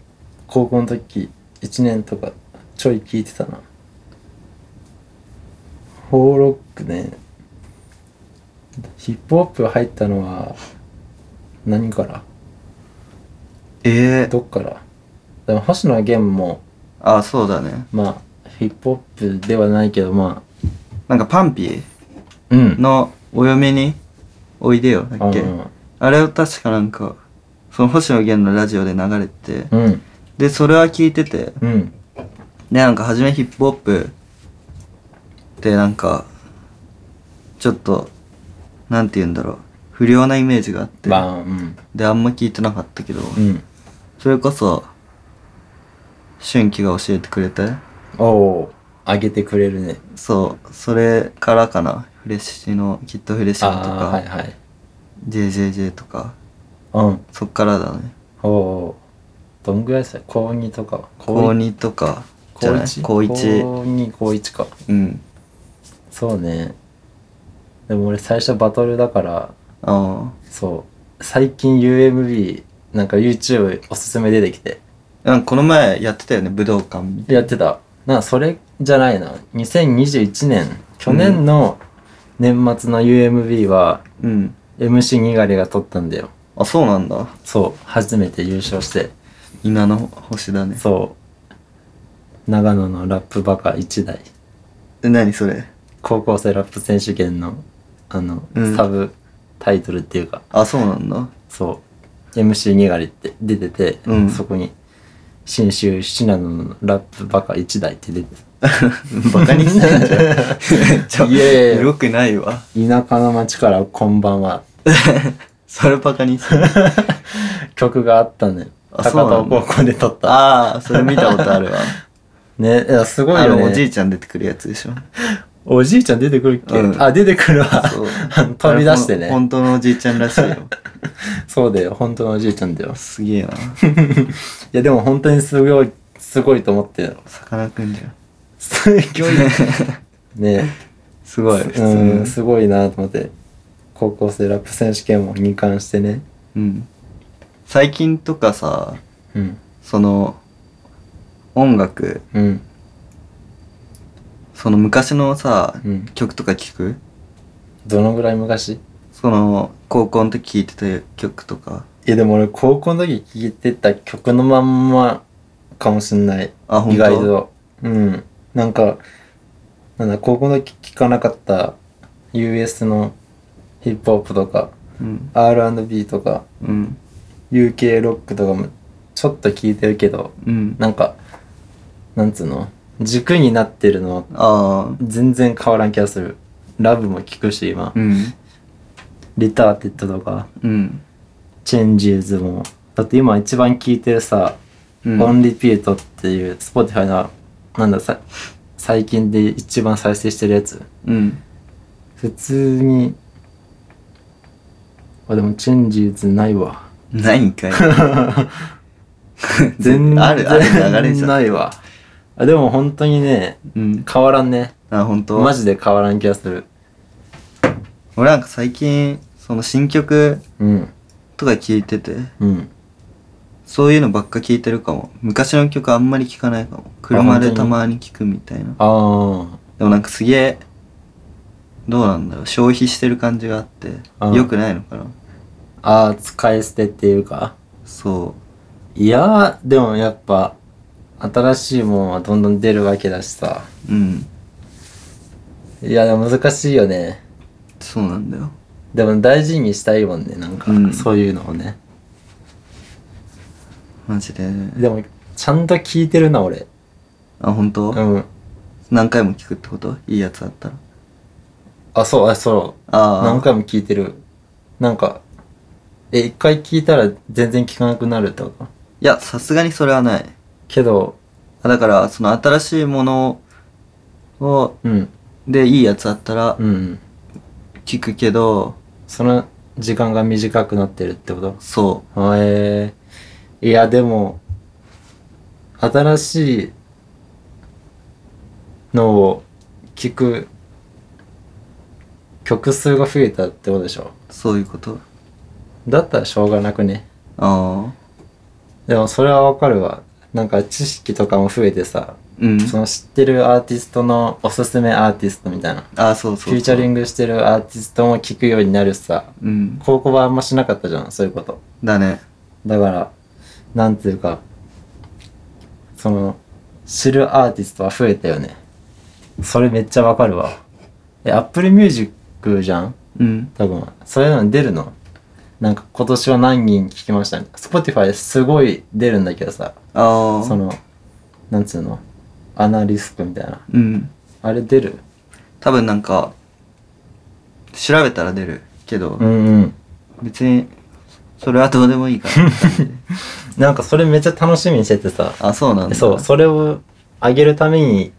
Speaker 1: 高校の時1年とかちょい聞いてたな。ホーロックね。ヒップホップ入ったのは何から
Speaker 2: ええ
Speaker 1: どっからでも星野源も
Speaker 2: ああ、そうだね。
Speaker 1: まあヒップホップではないけどま
Speaker 2: なんかパンピ
Speaker 1: あうん
Speaker 2: のお嫁においでよ、だっけ。
Speaker 1: うん
Speaker 2: あれを確かなんか、その星野源のラジオで流れてて、
Speaker 1: うん
Speaker 2: で、それは聞いてて、
Speaker 1: うん
Speaker 2: で、なんか初めヒップホップでなんか、ちょっと、なんて言うんだろう、不良なイメージがあって、
Speaker 1: まあうん
Speaker 2: で、あんま聞いてなかったけど、
Speaker 1: うん
Speaker 2: それこそ、俊輝が教えてくれて、
Speaker 1: おおあげてくれるね
Speaker 2: そう、それからかな、フレッシュの、きっとフレッシュのと
Speaker 1: ああ
Speaker 2: か、
Speaker 1: はいはい
Speaker 2: JJJ とか、
Speaker 1: うん
Speaker 2: そっからだね。
Speaker 1: おおどんぐらいさ高2とか
Speaker 2: 高2とか、じゃない
Speaker 1: 高
Speaker 2: 高
Speaker 1: 一
Speaker 2: 1。
Speaker 1: 高2高1か
Speaker 2: うん。
Speaker 1: そうねでも俺最初バトルだから
Speaker 2: あ
Speaker 1: そう最近 UMB なんか YouTube おすすめ出てきて
Speaker 2: あ。なんかこの前やってたよね、武道館。
Speaker 1: やってたなそれじゃないな2021年去年の年末の UMB は
Speaker 2: うん。
Speaker 1: MC にがりが取ったんだよ
Speaker 2: あ、そうなんだ。
Speaker 1: そう初めて優勝して
Speaker 2: 稲の星だね。
Speaker 1: そう長野のラップバカ1台
Speaker 2: え、何それ
Speaker 1: 高校生ラップ選手権のあの、
Speaker 2: うん
Speaker 1: サブタイトルっていうか
Speaker 2: あ、そうなんだ。
Speaker 1: そう。MC にがりって出てて、
Speaker 2: うん
Speaker 1: そこに、新州信濃のラップバカ1台って出て
Speaker 2: バカにしてんじゃん ちょ。
Speaker 1: いやいやいや
Speaker 2: よくないわ。
Speaker 1: 田舎の町からこんばんは。
Speaker 2: それバカ にしてる。
Speaker 1: 曲があったのよ。
Speaker 2: あ
Speaker 1: 高
Speaker 2: そうな
Speaker 1: 田
Speaker 2: んだ
Speaker 1: 高校で撮った。
Speaker 2: ああ、それ見たことあるわ。
Speaker 1: ね、いや、すごい
Speaker 2: あ
Speaker 1: よ
Speaker 2: の、
Speaker 1: ね。
Speaker 2: おじいちゃん出てくるやつでしょ。
Speaker 1: おじいちゃん出てくるっけ、
Speaker 2: うん
Speaker 1: あ、出てくるわ。あの 飛び出して
Speaker 2: あれほ
Speaker 1: ね。
Speaker 2: ん本当のおじいちゃんらしい よ。
Speaker 1: そうだよ。本当のおじいちゃんだよ。
Speaker 2: すげえ
Speaker 1: い
Speaker 2: な。
Speaker 1: や、でも本当にすごい、すごいと思ってる。
Speaker 2: さかなクンじゃん。
Speaker 1: すごい。 ね。
Speaker 2: すごい、普通
Speaker 1: う
Speaker 2: に
Speaker 1: ん、すごいなと思って。高校生ラップ選手権も2冠してね。
Speaker 2: うん。最近とかさ、
Speaker 1: うん。
Speaker 2: その、音楽、
Speaker 1: うん。
Speaker 2: その昔のさ、
Speaker 1: うん
Speaker 2: 曲とか聞く
Speaker 1: どのぐらい昔い
Speaker 2: その、高校の時聴いてた曲とか。
Speaker 1: やでも俺高校の時聴いてた曲のまんまかもしんない
Speaker 2: あ本当
Speaker 1: 意外とうんなんかなんだ高校の時聴かなかった US のヒップホップとか
Speaker 2: うん。
Speaker 1: R&B とか
Speaker 2: うん。
Speaker 1: UK ロックとかもちょっと聴いてるけど
Speaker 2: うん。
Speaker 1: なんかなんつうの軸になってるの
Speaker 2: ああ。
Speaker 1: 全然変わらん気がするラブも聴くし今
Speaker 2: うん。
Speaker 1: リターテッドとか
Speaker 2: うん。
Speaker 1: チェンジーズもだって今一番聴いてるさ「
Speaker 2: うん
Speaker 1: オンリピート」っていう Spotify のなんださ最近で一番再生してるやつ
Speaker 2: うん。
Speaker 1: 普通にあでもチェンジーズない わ
Speaker 2: ないんかい。
Speaker 1: 全然
Speaker 2: ある、ある流れじゃん。
Speaker 1: ないわあでも本当にね
Speaker 2: うん。
Speaker 1: 変わらんね
Speaker 2: あ、本当。
Speaker 1: マジで変わらん気がする
Speaker 2: 俺なんか最近、その新曲
Speaker 1: うん
Speaker 2: とか聞いてて、
Speaker 1: うん
Speaker 2: そういうのばっか聞いてるかも。昔の曲あんまり聞かないかも。車
Speaker 1: 本当
Speaker 2: で
Speaker 1: に
Speaker 2: たまに聞くみたいな。
Speaker 1: ああ
Speaker 2: でもなんかすげえ、どうなんだろう。消費してる感じがあって
Speaker 1: あ、
Speaker 2: 良くないのかな。
Speaker 1: あー使い捨てっていうか
Speaker 2: そ
Speaker 1: いやーでもやっぱ新しいもんはどんどん出るわけだしさ
Speaker 2: う。うん。
Speaker 1: いやでも難しいよね
Speaker 2: そうなんだよ。
Speaker 1: でも大事にしたいもんねなんか、
Speaker 2: うん
Speaker 1: そういうのをね
Speaker 2: マジで。
Speaker 1: でもちゃんと聞いてるな俺
Speaker 2: あ、本当、
Speaker 1: うん
Speaker 2: 何回も聞くってこといいやつあったら。
Speaker 1: あそうあそう
Speaker 2: ああ。
Speaker 1: 何回も聞いてるなんかえ一回聞いたら全然聞かなくなるとか
Speaker 2: いや、さすがにそれはない。
Speaker 1: けど
Speaker 2: あだから、その新しいものを、
Speaker 1: うん
Speaker 2: でいいやつあったら
Speaker 1: うん
Speaker 2: 聞くけど、
Speaker 1: その時間が短くなってるってこと
Speaker 2: そ
Speaker 1: あえーいやでも新しいのを聞く曲数が増えたってことでしょ
Speaker 2: うそういうこと
Speaker 1: だったらしょうがなくね
Speaker 2: ああ
Speaker 1: でもそれはわかるわなんか知識とかも増えてさ、
Speaker 2: うん
Speaker 1: その知ってるアーティストのおすすめアーティストみたいな
Speaker 2: ああそうそうそう
Speaker 1: フューチャリン
Speaker 2: グ
Speaker 1: グしてるアーティストも聞くようになるしさ
Speaker 2: うん
Speaker 1: 高校はあんましなかったじゃんそういうこと
Speaker 2: だね
Speaker 1: だからなんていうかその知るアーティストは増えたよねそれめっちゃわかるわえアップルミュージックじゃん
Speaker 2: うん
Speaker 1: 多分そういうの出るのなんか今年は何人聞きましたね Spotify すごい出るんだけどさ
Speaker 2: ああ
Speaker 1: そのなんつうのアナリスクみたいな
Speaker 2: うん
Speaker 1: あれ出る
Speaker 2: 多分なんか調べたら出るけど、
Speaker 1: うんうん
Speaker 2: 別にそれはどうでもいいからって感じで
Speaker 1: なんかそれめっちゃ楽しみにしててさ
Speaker 2: あそうなんだ
Speaker 1: そうそれを上げるために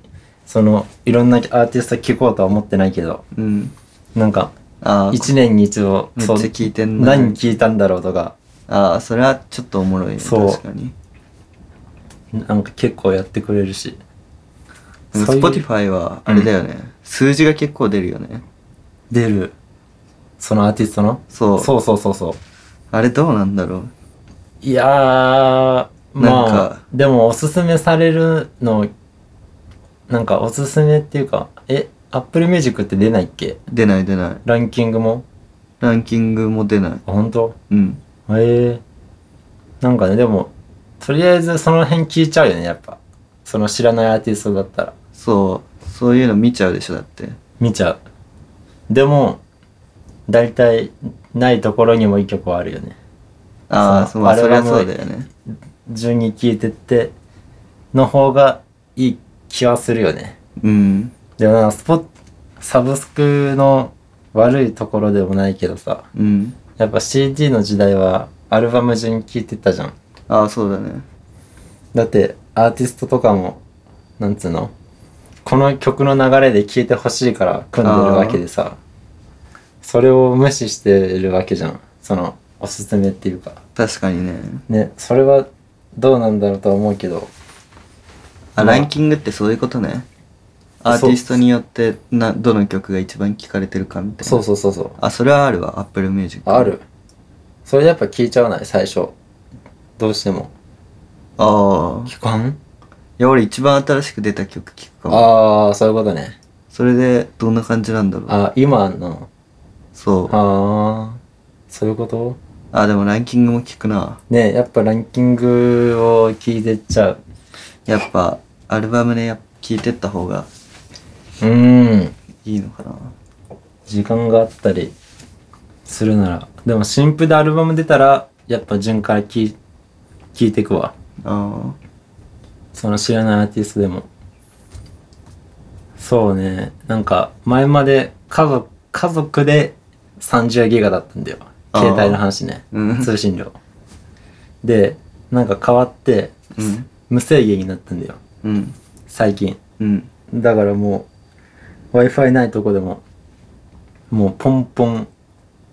Speaker 1: そのいろんなアーティスト聞こうとは思ってないけど
Speaker 2: うん
Speaker 1: なんか
Speaker 2: ああ
Speaker 1: 1年に一度
Speaker 2: めっち
Speaker 1: そ
Speaker 2: ゃ
Speaker 1: う
Speaker 2: 聞いてんな
Speaker 1: 何聞いたんだろうとか
Speaker 2: ああそれはちょっとおもろいね
Speaker 1: そう
Speaker 2: 確かに
Speaker 1: なんか結構やってくれるし
Speaker 2: でも
Speaker 1: そういう
Speaker 2: Spotify はあれだよね、数字が結構出るよね
Speaker 1: 出るそのアーティストの
Speaker 2: そう
Speaker 1: そうそうそうそう
Speaker 2: あれどうなんだろう
Speaker 1: いやーま
Speaker 2: なん
Speaker 1: あ
Speaker 2: か
Speaker 1: でもおすすめされるのなんかおすすめっていうかえアップルミュージックって出ないっけ
Speaker 2: 出ない出ない
Speaker 1: ランキングも
Speaker 2: ランキングも出ない
Speaker 1: あ本当
Speaker 2: うん
Speaker 1: へえなんかねでもとりあえずその辺聞いちゃうよねやっぱその知らないアーティストだったら
Speaker 2: そうそういうの見ちゃうでしょだって
Speaker 1: 見ちゃうでも大体ないところにもいい曲はあるよね
Speaker 2: ああ
Speaker 1: そ
Speaker 2: そううまあ
Speaker 1: アル
Speaker 2: そり
Speaker 1: バ
Speaker 2: ゃ
Speaker 1: ム
Speaker 2: そうだよね
Speaker 1: 順に聴いてっての方がいい気はするよね
Speaker 2: うん
Speaker 1: でもなスポサブスクの悪いところでもないけどさ
Speaker 2: うん
Speaker 1: やっぱ CD の時代はアルバム順に聴いてたじゃん
Speaker 2: ああそうだね
Speaker 1: だってアーティストとかもなんつうのこの曲の流れで聴いてほしいから組んでるわけでさそれを無視してるわけじゃんそのおすすめっていうか
Speaker 2: 確かにね
Speaker 1: ねそれはどうなんだろうとは思うけどま
Speaker 2: あ、
Speaker 1: あ
Speaker 2: ランキングってそういうことねアーティストによってなどの曲が一番聴かれてるかみたいな
Speaker 1: そうそうそうそう
Speaker 2: あそれはあるわ Apple Music
Speaker 1: あるそれやっぱ聴いちゃわない最初どうしても
Speaker 2: ああい
Speaker 1: 聞かん
Speaker 2: や俺一番新しく出た曲聴くかも
Speaker 1: ああそういうことね
Speaker 2: それでどんな感じなんだろう
Speaker 1: あ今の
Speaker 2: そう
Speaker 1: ああそういうこと
Speaker 2: あでもランキングも聞くな
Speaker 1: ねやっぱランキングを聞いてっちゃう
Speaker 2: やっぱアルバムでやっぱ聞いてった方が
Speaker 1: うーん
Speaker 2: いいのかな
Speaker 1: 時間があったりするならでも新譜でアルバム出たらやっぱ順から聞い聞いてくわ
Speaker 2: あ
Speaker 1: その知らないアーティストでもそうねなんか前まで家族家族で30ギガだったんだよ
Speaker 2: あー
Speaker 1: 携帯の話ね、
Speaker 2: うん
Speaker 1: 通信量でなんか変わって
Speaker 2: あうん
Speaker 1: 無制限になったんだよ
Speaker 2: うん
Speaker 1: 最近
Speaker 2: うん
Speaker 1: だからもう w i f i ないとこでももうポンポン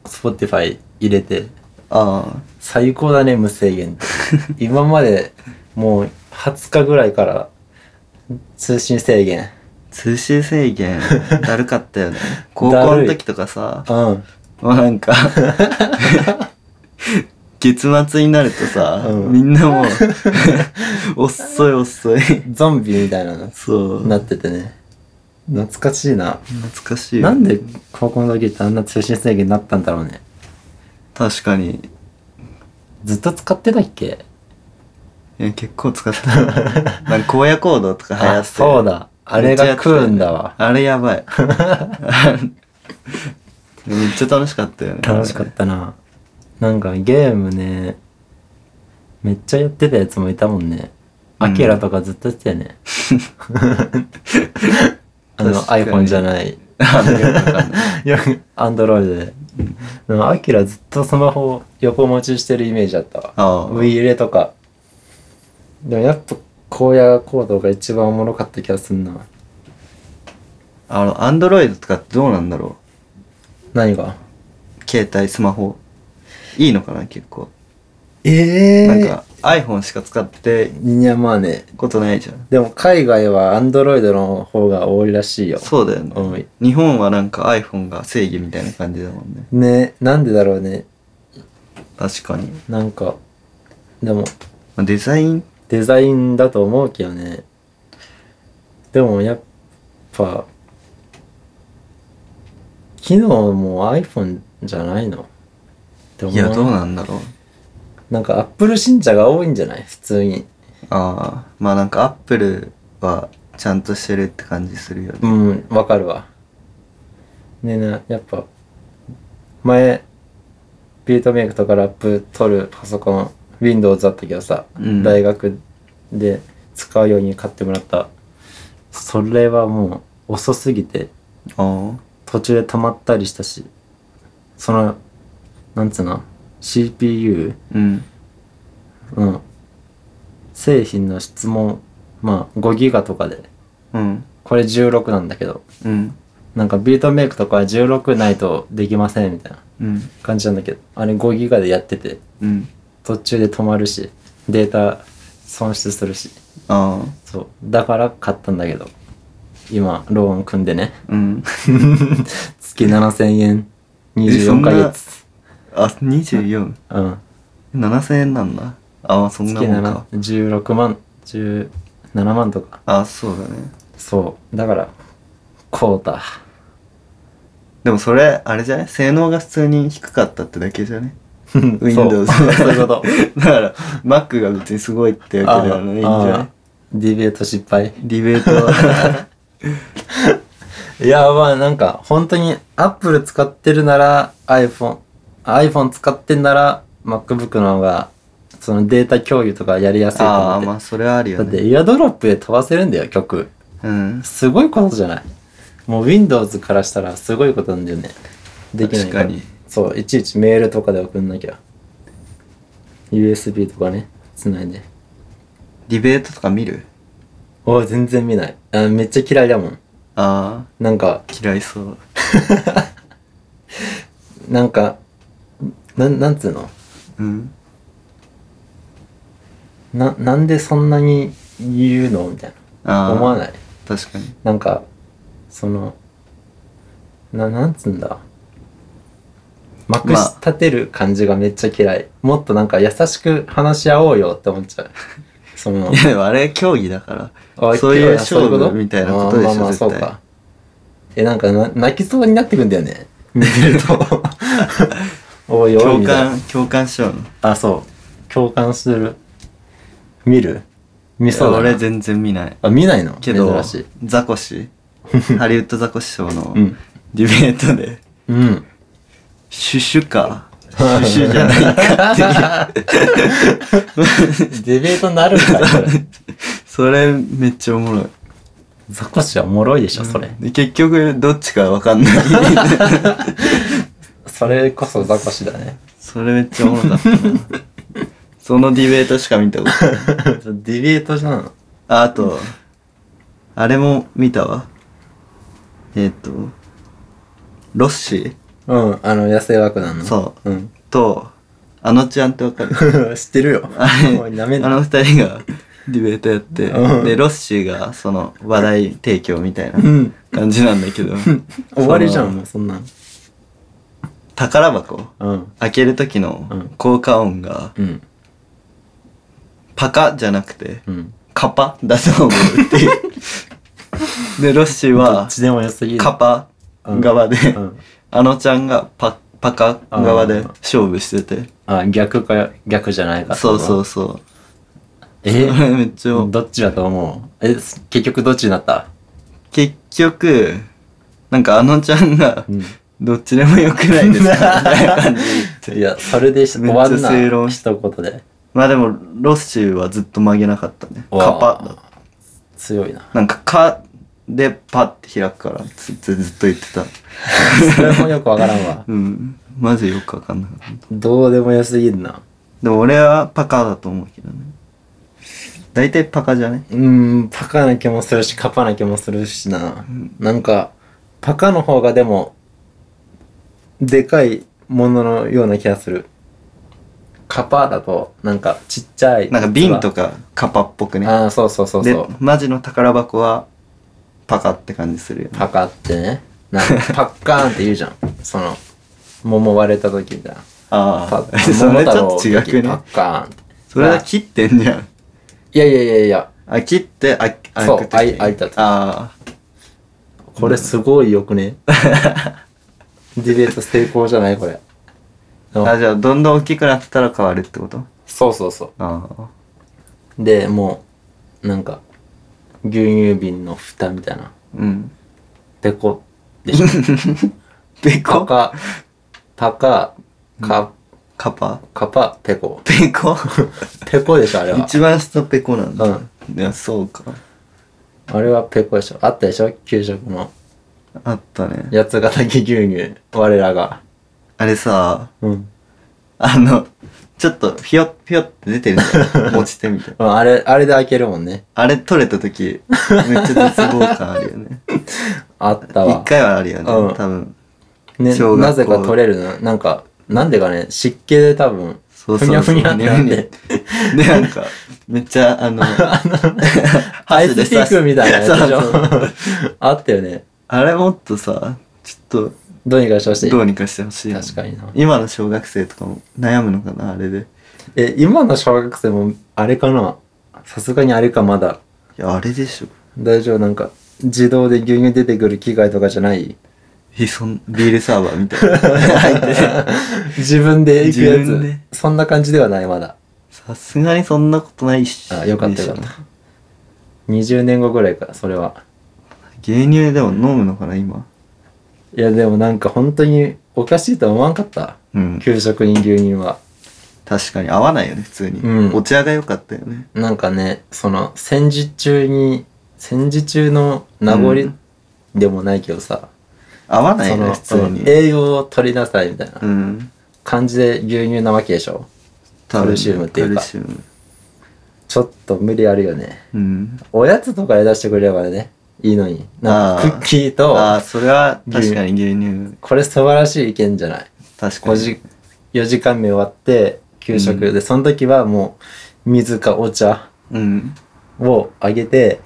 Speaker 1: Spotify 入れて
Speaker 2: あ
Speaker 1: 最高だね無制限って 今までもう20日ぐらいから通信制限
Speaker 2: あ通信制 限だるかったよね高校の時とかさ
Speaker 1: うん
Speaker 2: もうなん か月末になるとさ、
Speaker 1: うん
Speaker 2: みんな もう遅い遅い
Speaker 1: ゾンビみたいなの
Speaker 2: そう
Speaker 1: なっててね懐かしいな
Speaker 2: 懐かしいよ
Speaker 1: なんで高校の時ってあんな通信制限になったんだろうね
Speaker 2: 確かに
Speaker 1: ずっと使ってたっけ
Speaker 2: いや結構使ったなんか荒野行動とか流行って
Speaker 1: あそうだあれが食うんだわ
Speaker 2: あれや ばいめっちゃ楽しかったよね
Speaker 1: 楽しかったななんかゲームねめっちゃやってたやつもいたもんね
Speaker 2: うん
Speaker 1: アキラとかずっとやってたよ ねあの
Speaker 2: 確かに
Speaker 1: iPhone じゃない
Speaker 2: あれよくわかんない
Speaker 1: よく アンドロイドででもアキラずっとスマホを横持ちしてるイメージだったわ
Speaker 2: ああ
Speaker 1: ウイイレとかでもやっぱ荒野行動が一番おもろかった気がすんな
Speaker 2: あのアンドロイドとかってどうなんだろ
Speaker 1: 何が
Speaker 2: う携帯スマホいいのかな結構
Speaker 1: ええ
Speaker 2: なんか iPhone しか使って
Speaker 1: いやまあね
Speaker 2: ことないじゃん
Speaker 1: でも海外はアンドロイドの方が多いらしいよ
Speaker 2: そうだよね、
Speaker 1: 多い
Speaker 2: 日本はなんか iPhone が正義みたいな感じだもんね
Speaker 1: ねなんでだろうね
Speaker 2: 確かに、
Speaker 1: なんかでも
Speaker 2: まあ、デザイン
Speaker 1: デザインだと思うけどねでもやっぱ機能も iPhone じゃないのでも
Speaker 2: いやどうなんだろう
Speaker 1: なんか Apple 信者が多いんじゃない普通に
Speaker 2: ああまあなんか Apple はちゃんとしてるって感じするよね、
Speaker 1: うんわかるわねえなやっぱ前ビートメイクとかラップ取るパソコン Windows だったけどさ、
Speaker 2: うん
Speaker 1: 大学で使うように買ってもらったそれはもう遅すぎて
Speaker 2: ああ
Speaker 1: 途中で止まったりしたしそのなんつうの CPU
Speaker 2: うん
Speaker 1: うん製品の質問まあ5ギガとかで
Speaker 2: うん
Speaker 1: これ16なんだけど
Speaker 2: うん
Speaker 1: なんかビートメイクとかは16ないとできませんみたいな
Speaker 2: うん
Speaker 1: 感じなんだけどあれ5ギガでやってて
Speaker 2: うん
Speaker 1: 途中で止まるしデータ損失するし
Speaker 2: ああ
Speaker 1: そうだから買ったんだけど今ローン組んでね
Speaker 2: うん
Speaker 1: 月7000円
Speaker 2: えそ
Speaker 1: 24
Speaker 2: んな
Speaker 1: ヶ月
Speaker 2: あ24
Speaker 1: うん
Speaker 2: 7000円なんだああそんな
Speaker 1: 月
Speaker 2: もんか
Speaker 1: 16万17万とか
Speaker 2: ああそうだね
Speaker 1: そうだからこうた
Speaker 2: でもそれあれじゃない性能が普通に低かったってだけじゃね Windows
Speaker 1: そうそういう こと
Speaker 2: だから Mac が別にすごいってわけではないんじゃ
Speaker 1: あ
Speaker 2: な
Speaker 1: あ
Speaker 2: い
Speaker 1: ディベート失敗
Speaker 2: ディベート は
Speaker 1: いやまあなんか本当に Apple 使ってるなら iPhone iPhone 使ってんなら MacBook の方がそのデータ共有とかやりやすいと思
Speaker 2: ああ
Speaker 1: って、
Speaker 2: まあそれはある
Speaker 1: だ
Speaker 2: よ
Speaker 1: って
Speaker 2: ね
Speaker 1: エアドロップで飛ばせるんだよ曲
Speaker 2: うん
Speaker 1: すごいことじゃないもう Windows からしたらすごいことなんだよねできないら
Speaker 2: 確かに
Speaker 1: そういちいちメールとかで送んなきゃ USB とかねつないで
Speaker 2: ディベートとか見る
Speaker 1: おー全然見ないあめっちゃ嫌いだもん
Speaker 2: あ
Speaker 1: なんか
Speaker 2: あ嫌いそう
Speaker 1: なんかなんなんつうの
Speaker 2: うん
Speaker 1: ななんでそんなに言うのみたい
Speaker 2: あ
Speaker 1: な
Speaker 2: あ
Speaker 1: 思わない
Speaker 2: 確かに
Speaker 1: なんかそのななんつうんだまくし立てる感じがめっちゃ嫌い、もっとなんか優しく話し合おうよって思っ ちゃうその
Speaker 2: いやでもあれ競技だから
Speaker 1: あ
Speaker 2: そういう
Speaker 1: 今日は
Speaker 2: 勝負
Speaker 1: こ
Speaker 2: みたいなことでしょ
Speaker 1: あーまあまあ
Speaker 2: 絶対
Speaker 1: そうかえなんかな泣きそうになってくんだよね見てる とおいおい
Speaker 2: 共
Speaker 1: みたいな
Speaker 2: 感共感しようの
Speaker 1: あそう共感する見る見そうだな
Speaker 2: 俺全然見ない
Speaker 1: あ見ないの
Speaker 2: けど
Speaker 1: 珍しい
Speaker 2: ザコ シハリウッドザコシショウの
Speaker 1: うん
Speaker 2: ディベートで
Speaker 1: うん
Speaker 2: 「シュシュか」「シュシュじゃな いか」っていう
Speaker 1: ディベートになるんだ これ
Speaker 2: それめっちゃおもろい
Speaker 1: ザコシはおもろいでしょそれ、
Speaker 2: で結局どっちかわ かんない
Speaker 1: それこそザコシだね
Speaker 2: それめっちゃおもろかったなそのディベートしか見たことない
Speaker 1: ディベートじゃん
Speaker 2: ああとあれも見たわえっ、とロッシー
Speaker 1: うんあの野生爆弾の、
Speaker 2: そう
Speaker 1: ん、
Speaker 2: とあのちゃんってわかる
Speaker 1: 知ってるよ
Speaker 2: あれ
Speaker 1: もうなめん
Speaker 2: あ
Speaker 1: な
Speaker 2: の二人がディベートやって、
Speaker 1: うん
Speaker 2: で、ロッシーがその話題提供みたいな
Speaker 1: うん
Speaker 2: 感じなんだけど、
Speaker 1: 終わりじゃ
Speaker 2: そ
Speaker 1: ん
Speaker 2: の
Speaker 1: もうそんなん
Speaker 2: 宝箱
Speaker 1: うん
Speaker 2: 開ける時
Speaker 1: う
Speaker 2: の
Speaker 1: ん
Speaker 2: 効果音が
Speaker 1: うん
Speaker 2: パカじゃなくて
Speaker 1: うん
Speaker 2: カパだと思うっていう。 で、ロッシー
Speaker 1: ど
Speaker 2: は
Speaker 1: っちでも良すぎる
Speaker 2: カパ側で、
Speaker 1: うんうん
Speaker 2: あのちゃんがパパカ側で勝負してて、
Speaker 1: あ逆か逆じゃないか
Speaker 2: そうそううそう。
Speaker 1: え
Speaker 2: それめっちゃ、
Speaker 1: どっちだと思うえ結局どっちになった
Speaker 2: 結局、なんかあのちゃんが、
Speaker 1: うん
Speaker 2: どっちでもよくな いですかみたいな感じで言って
Speaker 1: いやそれでし
Speaker 2: め
Speaker 1: 終
Speaker 2: っち
Speaker 1: わ
Speaker 2: ゃ
Speaker 1: んな
Speaker 2: 正論
Speaker 1: 一言で
Speaker 2: まあでもロッシーはずっと曲げなかったねカ
Speaker 1: わあ
Speaker 2: パだ
Speaker 1: 強いな
Speaker 2: なんか「カ」でパッて開くからずっとずっと言ってた
Speaker 1: それもよくわからんわ
Speaker 2: うんマジよくわかんなかった
Speaker 1: どうでもよすぎるな
Speaker 2: でも俺はパカだと思うけどね大体パカじゃね
Speaker 1: うーんパカな気もするしカパな気もするしな、なんかパカの方がでもでかいもののような気がする。カパだと、なんかちっちゃい。
Speaker 2: なんか瓶と
Speaker 1: か
Speaker 2: かカパっぽくね。
Speaker 1: ああ、そうそうそうそう。
Speaker 2: で、マジの宝箱はパカって感じするよね。
Speaker 1: パカってね。なんかパッカーンって言うじゃん。その、桃割れた時みたいな。
Speaker 2: あ
Speaker 1: パ
Speaker 2: あ、それちょっと違く
Speaker 1: パ
Speaker 2: ね。
Speaker 1: ッカーンって。
Speaker 2: それは切ってんじゃん。
Speaker 1: いやいやいやいや、
Speaker 2: あ、切って、あ、あ
Speaker 1: そう
Speaker 2: 開く時
Speaker 1: あい開いた時
Speaker 2: あ
Speaker 1: これすごいよくね。ディベート成功じゃないこれ。
Speaker 2: あ。あ、じゃあ、どんどん大きくなってたら変わるってこと
Speaker 1: そうそうそ
Speaker 2: ああ。
Speaker 1: う。で、もう、なんか、牛乳瓶の蓋みたいな。
Speaker 2: うん。
Speaker 1: ペコでしょ。
Speaker 2: ペ
Speaker 1: パ
Speaker 2: コ
Speaker 1: カ、パカ、カ、
Speaker 2: カパ
Speaker 1: カパ、ペコ。
Speaker 2: ペコ
Speaker 1: ペコでしょ、あれは。
Speaker 2: 一番下ペコなんだ。
Speaker 1: う
Speaker 2: いや、そうか。
Speaker 1: あれはペコでしょ。あったでしょ給食の。
Speaker 2: あったね。
Speaker 1: 八ヶ岳牛乳。我らが。
Speaker 2: あれさ、
Speaker 1: うん。
Speaker 2: あの、ちょっと、ひよっ、ひよって出てるじ ゃん。落ちてみたいな。
Speaker 1: あれ、あれで開けるもんね。
Speaker 2: あれ取れた時、めっちゃ絶望感あるよね。
Speaker 1: あったわ
Speaker 2: 一。回はあるよね、
Speaker 1: うん
Speaker 2: 多分。
Speaker 1: ね、
Speaker 2: 小学校
Speaker 1: なぜか取れるのなんか、なんでかね、湿気で多分、
Speaker 2: そうそうそ
Speaker 1: ふ
Speaker 2: う。
Speaker 1: にゃふにゃってなっ
Speaker 2: ふにゃ
Speaker 1: て、
Speaker 2: ふにゃで、なんか、めっちゃ、あの、
Speaker 1: アイスピークみたいなやつでしょ
Speaker 2: そうそう
Speaker 1: あったよね。
Speaker 2: あれもっとさ、ちょっ
Speaker 1: どうにかしてほし
Speaker 2: と、
Speaker 1: い。
Speaker 2: どうにかしてほしいよね
Speaker 1: 確かにな。
Speaker 2: 今の小学生とかも悩むのかな、あれで。い
Speaker 1: え、今の小学生も、あれかなさすがにあれか、まだ。
Speaker 2: や、あれでしょ。
Speaker 1: 大丈夫なんか、自動で牛乳出てくる機械とかじゃない
Speaker 2: え、そん、ビールサーバーみたいな。入ってて
Speaker 1: 自分で行くや
Speaker 2: 自分で
Speaker 1: つ。そんな感じではない、まだ。
Speaker 2: さすがにそんなことないし。
Speaker 1: あ、よかったよかった。20年後ぐらいか、それは。
Speaker 2: 牛乳でも飲むのかな、今。
Speaker 1: いや、でもなんか本当におかしいとは思わんかった。
Speaker 2: うん。
Speaker 1: 給食に牛乳は。
Speaker 2: 確かに合わないよね、普通に。
Speaker 1: うん
Speaker 2: お茶が良かったよね。
Speaker 1: なんかねその戦時中に戦時中の名
Speaker 2: う
Speaker 1: 残
Speaker 2: ん
Speaker 1: でもないけどさ、
Speaker 2: 合わない
Speaker 1: そ
Speaker 2: よね、
Speaker 1: の
Speaker 2: 普通
Speaker 1: うん
Speaker 2: に。
Speaker 1: 栄養を取りなさいみたいな
Speaker 2: うん。
Speaker 1: 感じで牛乳なわけでしょカルシウムっていうか
Speaker 2: カルシウム。
Speaker 1: ちょっと無理あるよね
Speaker 2: うん。
Speaker 1: おやつとかで出してくれればねいいのになんか
Speaker 2: あー
Speaker 1: クッキー
Speaker 2: ああ、
Speaker 1: と
Speaker 2: それは確かに牛乳。
Speaker 1: これ素晴らしい意見じゃない
Speaker 2: 確か
Speaker 1: 5
Speaker 2: に。
Speaker 1: 時4時間目終わって給食、でその時はもう水かお茶
Speaker 2: うん。
Speaker 1: をあげて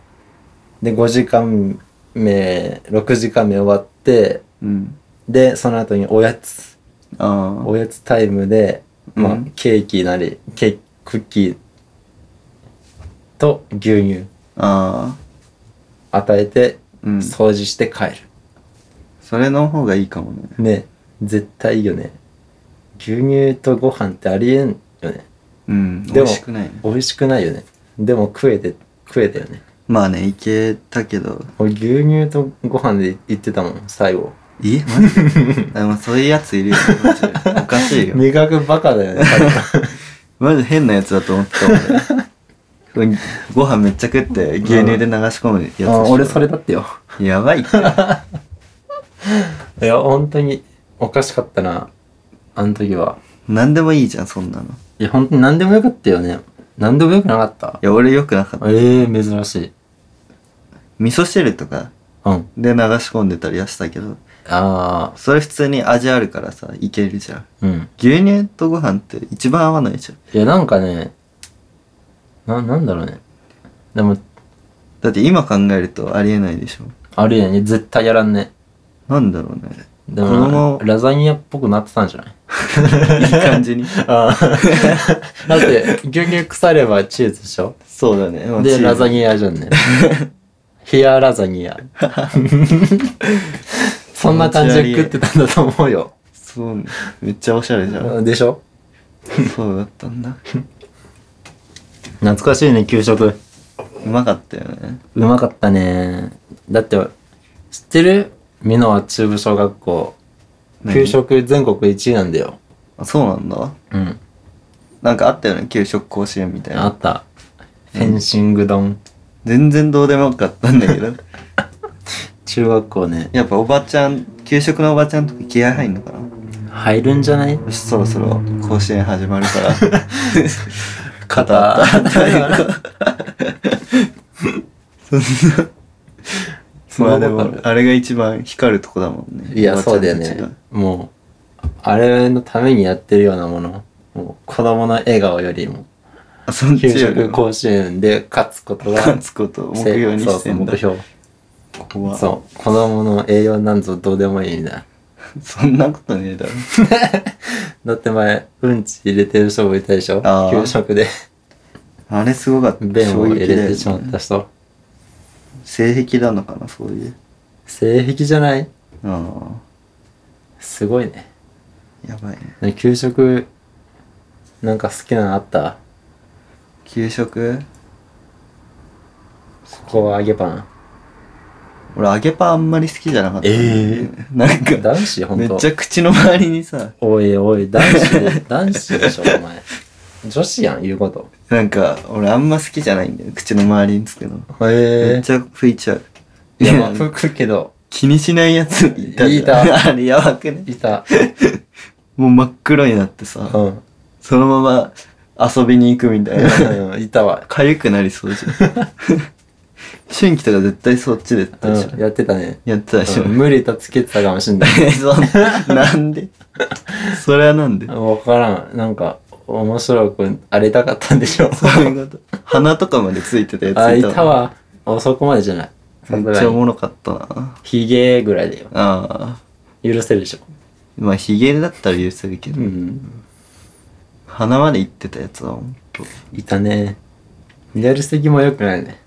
Speaker 1: で5時間目6時間目終わって
Speaker 2: うん。
Speaker 1: でその後におやつ
Speaker 2: ああ。
Speaker 1: おやつタイムで、まあ
Speaker 2: うん
Speaker 1: ケーキなりケーキクッキーと牛乳
Speaker 2: ああ。
Speaker 1: 与えて
Speaker 2: うん。
Speaker 1: 掃除して帰る、
Speaker 2: それの方がいいかもね。
Speaker 1: ね絶対いいよね牛乳とご飯ってありえんよね
Speaker 2: うん。
Speaker 1: でも
Speaker 2: 美味しくないね。
Speaker 1: 美味しくないよねでも食えて食えたよね
Speaker 2: まあね、いけたけど。
Speaker 1: 俺牛乳とご飯で言ってたもん最後
Speaker 2: えマジ であまあそういうやつい るよね。マジでおかしいよ。
Speaker 1: 味覚バカだよね
Speaker 2: マジ変なやつだと思ってたもんね。ご飯めっちゃ食って牛乳で流し込むやつでし
Speaker 1: あ
Speaker 2: ょ
Speaker 1: 俺それだってよ
Speaker 2: やばいって。
Speaker 1: いや本当におかしかったなあの時は
Speaker 2: 何でもいいじゃん、そんなの。い
Speaker 1: いや、本当に何でもよかったよね。何でもよくなかった。
Speaker 2: や、俺よくなかった。
Speaker 1: ええ珍しい。
Speaker 2: 味噌汁とか
Speaker 1: うん。
Speaker 2: で流し込んでたりはしたけど、
Speaker 1: ああ、
Speaker 2: それ普通に味あるからさ、いけるじゃん。
Speaker 1: うん。
Speaker 2: 牛乳とご飯って一番合わないじゃん。
Speaker 1: いや、なんかね、な、なんだろうね。でも、
Speaker 2: だって今考えるとありえないでしょ。
Speaker 1: あれやね、絶対やらんね。
Speaker 2: なんだろう ね。
Speaker 1: で
Speaker 2: 子
Speaker 1: も
Speaker 2: 供、
Speaker 1: ラザニアっぽくなってたんじゃない
Speaker 2: いい感じに。
Speaker 1: ああ。 だって、牛乳腐ればチーズでしょ
Speaker 2: そうだね。まあチー
Speaker 1: で、
Speaker 2: ズ
Speaker 1: ラザニアじゃん ね。ヒアラザ ニア。そんな感じで食ってたんだと思うよ。
Speaker 2: そうね。めっちゃおしゃれじゃん。
Speaker 1: でしょ
Speaker 2: そうだったんだ。
Speaker 1: 懐かしいね、給食。
Speaker 2: うまかったよね。
Speaker 1: うまかったねだって知ってる美濃は中部小学校
Speaker 2: 何
Speaker 1: 給食全国1位なんだよ
Speaker 2: あ、そうなんだ。
Speaker 1: うん
Speaker 2: なんかあったよね、給食甲子園みたい
Speaker 1: あ
Speaker 2: な。
Speaker 1: ったフェンシング丼、
Speaker 2: 全然どうでもよかったんだけど。
Speaker 1: 中学校ね
Speaker 2: やっぱおばちゃん、給食のおばちゃんとか気合入んのかなよ
Speaker 1: 入るんじゃない
Speaker 2: し、そろそろ甲子園始まるから。
Speaker 1: 肩
Speaker 2: まあ
Speaker 1: そ
Speaker 2: で
Speaker 1: んなことあ
Speaker 2: も、あれが一番光るとこだもんね。
Speaker 1: いや
Speaker 2: おばち
Speaker 1: そ
Speaker 2: ゃ
Speaker 1: うん
Speaker 2: た
Speaker 1: だよ
Speaker 2: ちが
Speaker 1: ねもうあれのためにやってるようなものもう子供の笑顔よりも
Speaker 2: あその
Speaker 1: 給
Speaker 2: 強
Speaker 1: 食
Speaker 2: く
Speaker 1: 甲子園で勝つことが
Speaker 2: 勝つことを目標に
Speaker 1: そう
Speaker 2: して
Speaker 1: そうん
Speaker 2: だ
Speaker 1: 目標
Speaker 2: ここは
Speaker 1: そう子供の栄養なんぞどうでもいいん だ
Speaker 2: そんなことねえだろ
Speaker 1: だって前うんち入れてる人もいたでしょ
Speaker 2: あー
Speaker 1: 給食で
Speaker 2: あれすごかった
Speaker 1: 便を入れ
Speaker 2: だよ
Speaker 1: て
Speaker 2: ね
Speaker 1: しまった人、
Speaker 2: 性癖なのかなそういう
Speaker 1: 性癖じゃない
Speaker 2: あ
Speaker 1: すごいね
Speaker 2: あやばいね
Speaker 1: ね給食なんか好きなのあった
Speaker 2: 給食
Speaker 1: ここは揚げパン
Speaker 2: 俺揚げパンあんまり好きじゃなかったんだよね、なんか
Speaker 1: 男子ほ
Speaker 2: め
Speaker 1: ん
Speaker 2: っ
Speaker 1: と
Speaker 2: ちゃ口の周りにさ
Speaker 1: おいおい男子 で男子でしょお前女子やん言うこと
Speaker 2: なんか俺あんま好きじゃないんだよ口の周りにつくのめ
Speaker 1: へ
Speaker 2: っちゃ拭いちゃう
Speaker 1: えい
Speaker 2: い
Speaker 1: や
Speaker 2: や
Speaker 1: まあ吹くけど
Speaker 2: 気にしないやついたじゃん
Speaker 1: いた
Speaker 2: あれやばくね
Speaker 1: いた
Speaker 2: もう真っ黒になってさ、
Speaker 1: う
Speaker 2: そのまま遊びに行くみたいな
Speaker 1: んうんいたわ
Speaker 2: 痒くなりそう じゃん春季とか絶対そっちでやったでしょ、
Speaker 1: うんやってたね
Speaker 2: やってたでしょ、
Speaker 1: うん無理とつけてたかもしん ない
Speaker 2: そんなんでそれはなんで
Speaker 1: 分からんなんか面白くあれたかったんでしょ
Speaker 2: そ ういうこと鼻とかまでついてたやついたわ
Speaker 1: あいたわあそこまでじゃないさす
Speaker 2: めっ
Speaker 1: が
Speaker 2: ちゃお
Speaker 1: に
Speaker 2: もろかったな
Speaker 1: ひげぐらいだよ
Speaker 2: ああ
Speaker 1: 許せるでしょ
Speaker 2: まあヒゲだったら許せるけど、
Speaker 1: うん
Speaker 2: 鼻まで行ってたやつはほんと
Speaker 1: いたね。やりすぎも良くないね。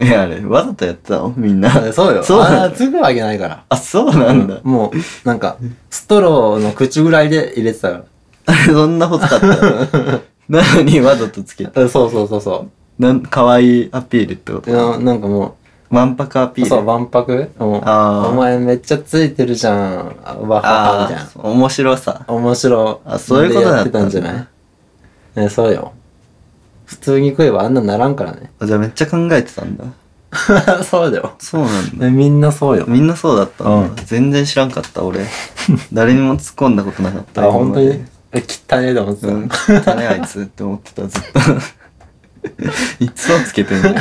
Speaker 2: いやあれわざとやってたのみんな
Speaker 1: そうよ。
Speaker 2: そう
Speaker 1: あ
Speaker 2: な
Speaker 1: ー
Speaker 2: の
Speaker 1: すぐあげないから。
Speaker 2: あそうなんだ、
Speaker 1: もう、なんか、ストローの口ぐらいで入れてたか
Speaker 2: あれそんな細 かったのなのにわざとつけた
Speaker 1: ら。そうそうそうそ
Speaker 2: なんかわいいアピールってこ
Speaker 1: う。
Speaker 2: と
Speaker 1: ななんかも
Speaker 2: わんぱくアピ
Speaker 1: う、そ
Speaker 2: ー
Speaker 1: う、
Speaker 2: ル
Speaker 1: 万博もう
Speaker 2: あー
Speaker 1: お前めっちゃついてるじゃん。わはは、
Speaker 2: あ
Speaker 1: みたいな。
Speaker 2: あ面白さ
Speaker 1: 面白
Speaker 2: あそういうこと
Speaker 1: や
Speaker 2: だ
Speaker 1: っ
Speaker 2: ってたんだ
Speaker 1: たんじゃないね、そうよ。普通に食えばあんなならんからね。
Speaker 2: あじゃあめっちゃ考えてたんだ
Speaker 1: そうだよ。
Speaker 2: そうなんだ
Speaker 1: ねみんなそうよ。
Speaker 2: みんなそうだったんだ、
Speaker 1: う
Speaker 2: 全然知らんかった俺誰にも突っ込んだことなかった
Speaker 1: あ、本当
Speaker 2: 今
Speaker 1: にえ汚ねえと思ってた。
Speaker 2: までうんだねあいつって思ってたずっと いつもつけてん だよ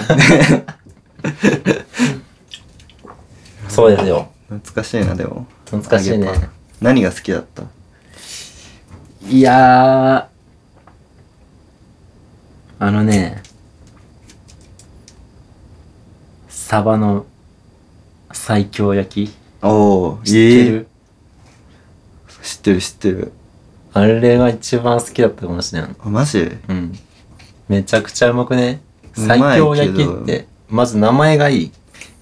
Speaker 1: そうですよ。
Speaker 2: 懐かしいなでも
Speaker 1: 懐かしいね
Speaker 2: 揚げパン何が好きだった
Speaker 1: いやー、あのね、サバの最強焼き
Speaker 2: おお
Speaker 1: 知ってる、
Speaker 2: 知ってる知ってる
Speaker 1: あれが一番好きだったかもしれん。
Speaker 2: あマジ
Speaker 1: うん。めちゃくちゃうまくね
Speaker 2: うまい
Speaker 1: 最
Speaker 2: け
Speaker 1: 強
Speaker 2: ど
Speaker 1: 焼きって、まず名前がいい。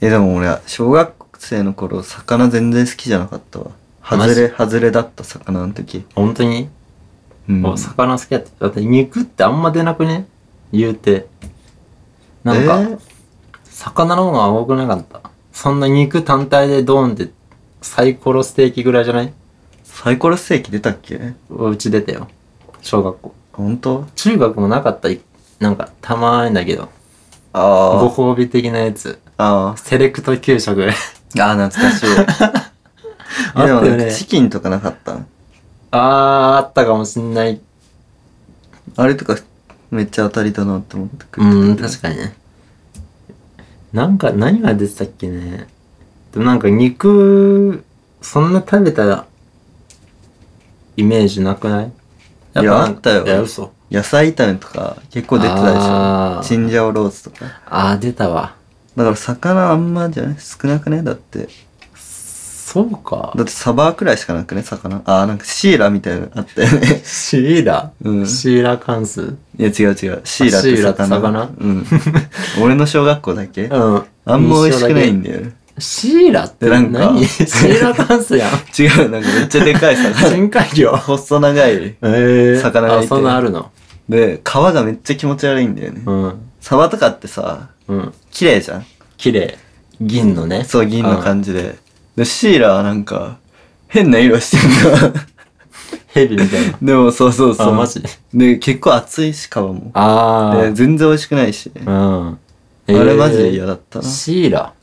Speaker 2: えでも俺は小学生の頃魚全然好きじゃなかったわ
Speaker 1: マジ
Speaker 2: 外れ外れだった魚の時
Speaker 1: 本当に、
Speaker 2: うん
Speaker 1: お魚好きだった。だって肉ってあんま出なくね言うて。なんか、
Speaker 2: えー
Speaker 1: 魚の方が多くなかったそんな肉単体でドーンってサイコロステーキぐらいじゃない
Speaker 2: サイコロステーキ出たっけ
Speaker 1: うち出たよ小学校
Speaker 2: 本当
Speaker 1: 中学もなかったいなんかたまーにだけど
Speaker 2: あ
Speaker 1: ご
Speaker 2: ー
Speaker 1: 褒美的なやつ
Speaker 2: あー
Speaker 1: セレクト給食
Speaker 2: あー懐かしい
Speaker 1: あっ
Speaker 2: えでも
Speaker 1: たよ
Speaker 2: なんか
Speaker 1: ね
Speaker 2: チキンとかなかった
Speaker 1: あーあったかもしんない
Speaker 2: あれとかめっちゃ当たりだなって思ってく
Speaker 1: う
Speaker 2: る
Speaker 1: ーん確かにねなんか何が出てたっけねでもなんか肉そんな食べたイメージなくない
Speaker 2: いやあったよ
Speaker 1: いや嘘
Speaker 2: 野菜炒めとか結構出てた
Speaker 1: あ
Speaker 2: で
Speaker 1: ー
Speaker 2: しょチンジャオロースとか
Speaker 1: あー出たわ
Speaker 2: だから魚あんまじゃない少なくねだって
Speaker 1: そうか
Speaker 2: だってサバくらいしかなくね魚あーなんかシイラみたいなのあったよね
Speaker 1: シーラ、
Speaker 2: うん
Speaker 1: シーラ関数
Speaker 2: いや違う違うシイラっ
Speaker 1: シ
Speaker 2: て
Speaker 1: イラって
Speaker 2: 魚
Speaker 1: 魚
Speaker 2: うん 俺の小学校だけ
Speaker 1: うん
Speaker 2: あんま美味しくないんだよね
Speaker 1: シーラって
Speaker 2: でなん
Speaker 1: 何
Speaker 2: か
Speaker 1: シーラ関数やん
Speaker 2: 違うなんかめっちゃでかい 魚
Speaker 1: 深海魚
Speaker 2: 細長い
Speaker 1: ええ
Speaker 2: 魚がいて
Speaker 1: あそんなあるの
Speaker 2: で皮がめっちゃ気持ち悪いんだよね、
Speaker 1: うん
Speaker 2: サバとかってさ
Speaker 1: うん
Speaker 2: 綺麗じゃん
Speaker 1: 綺麗銀のね
Speaker 2: そう銀の感じで、でシイラはなんか変な色してんだ
Speaker 1: ヘビみたいな
Speaker 2: でも そうそうそう
Speaker 1: あマジで
Speaker 2: で結構熱いし皮も
Speaker 1: あ
Speaker 2: で全然美味しくないし、
Speaker 1: あう
Speaker 2: あれマジで嫌だったな
Speaker 1: シーラ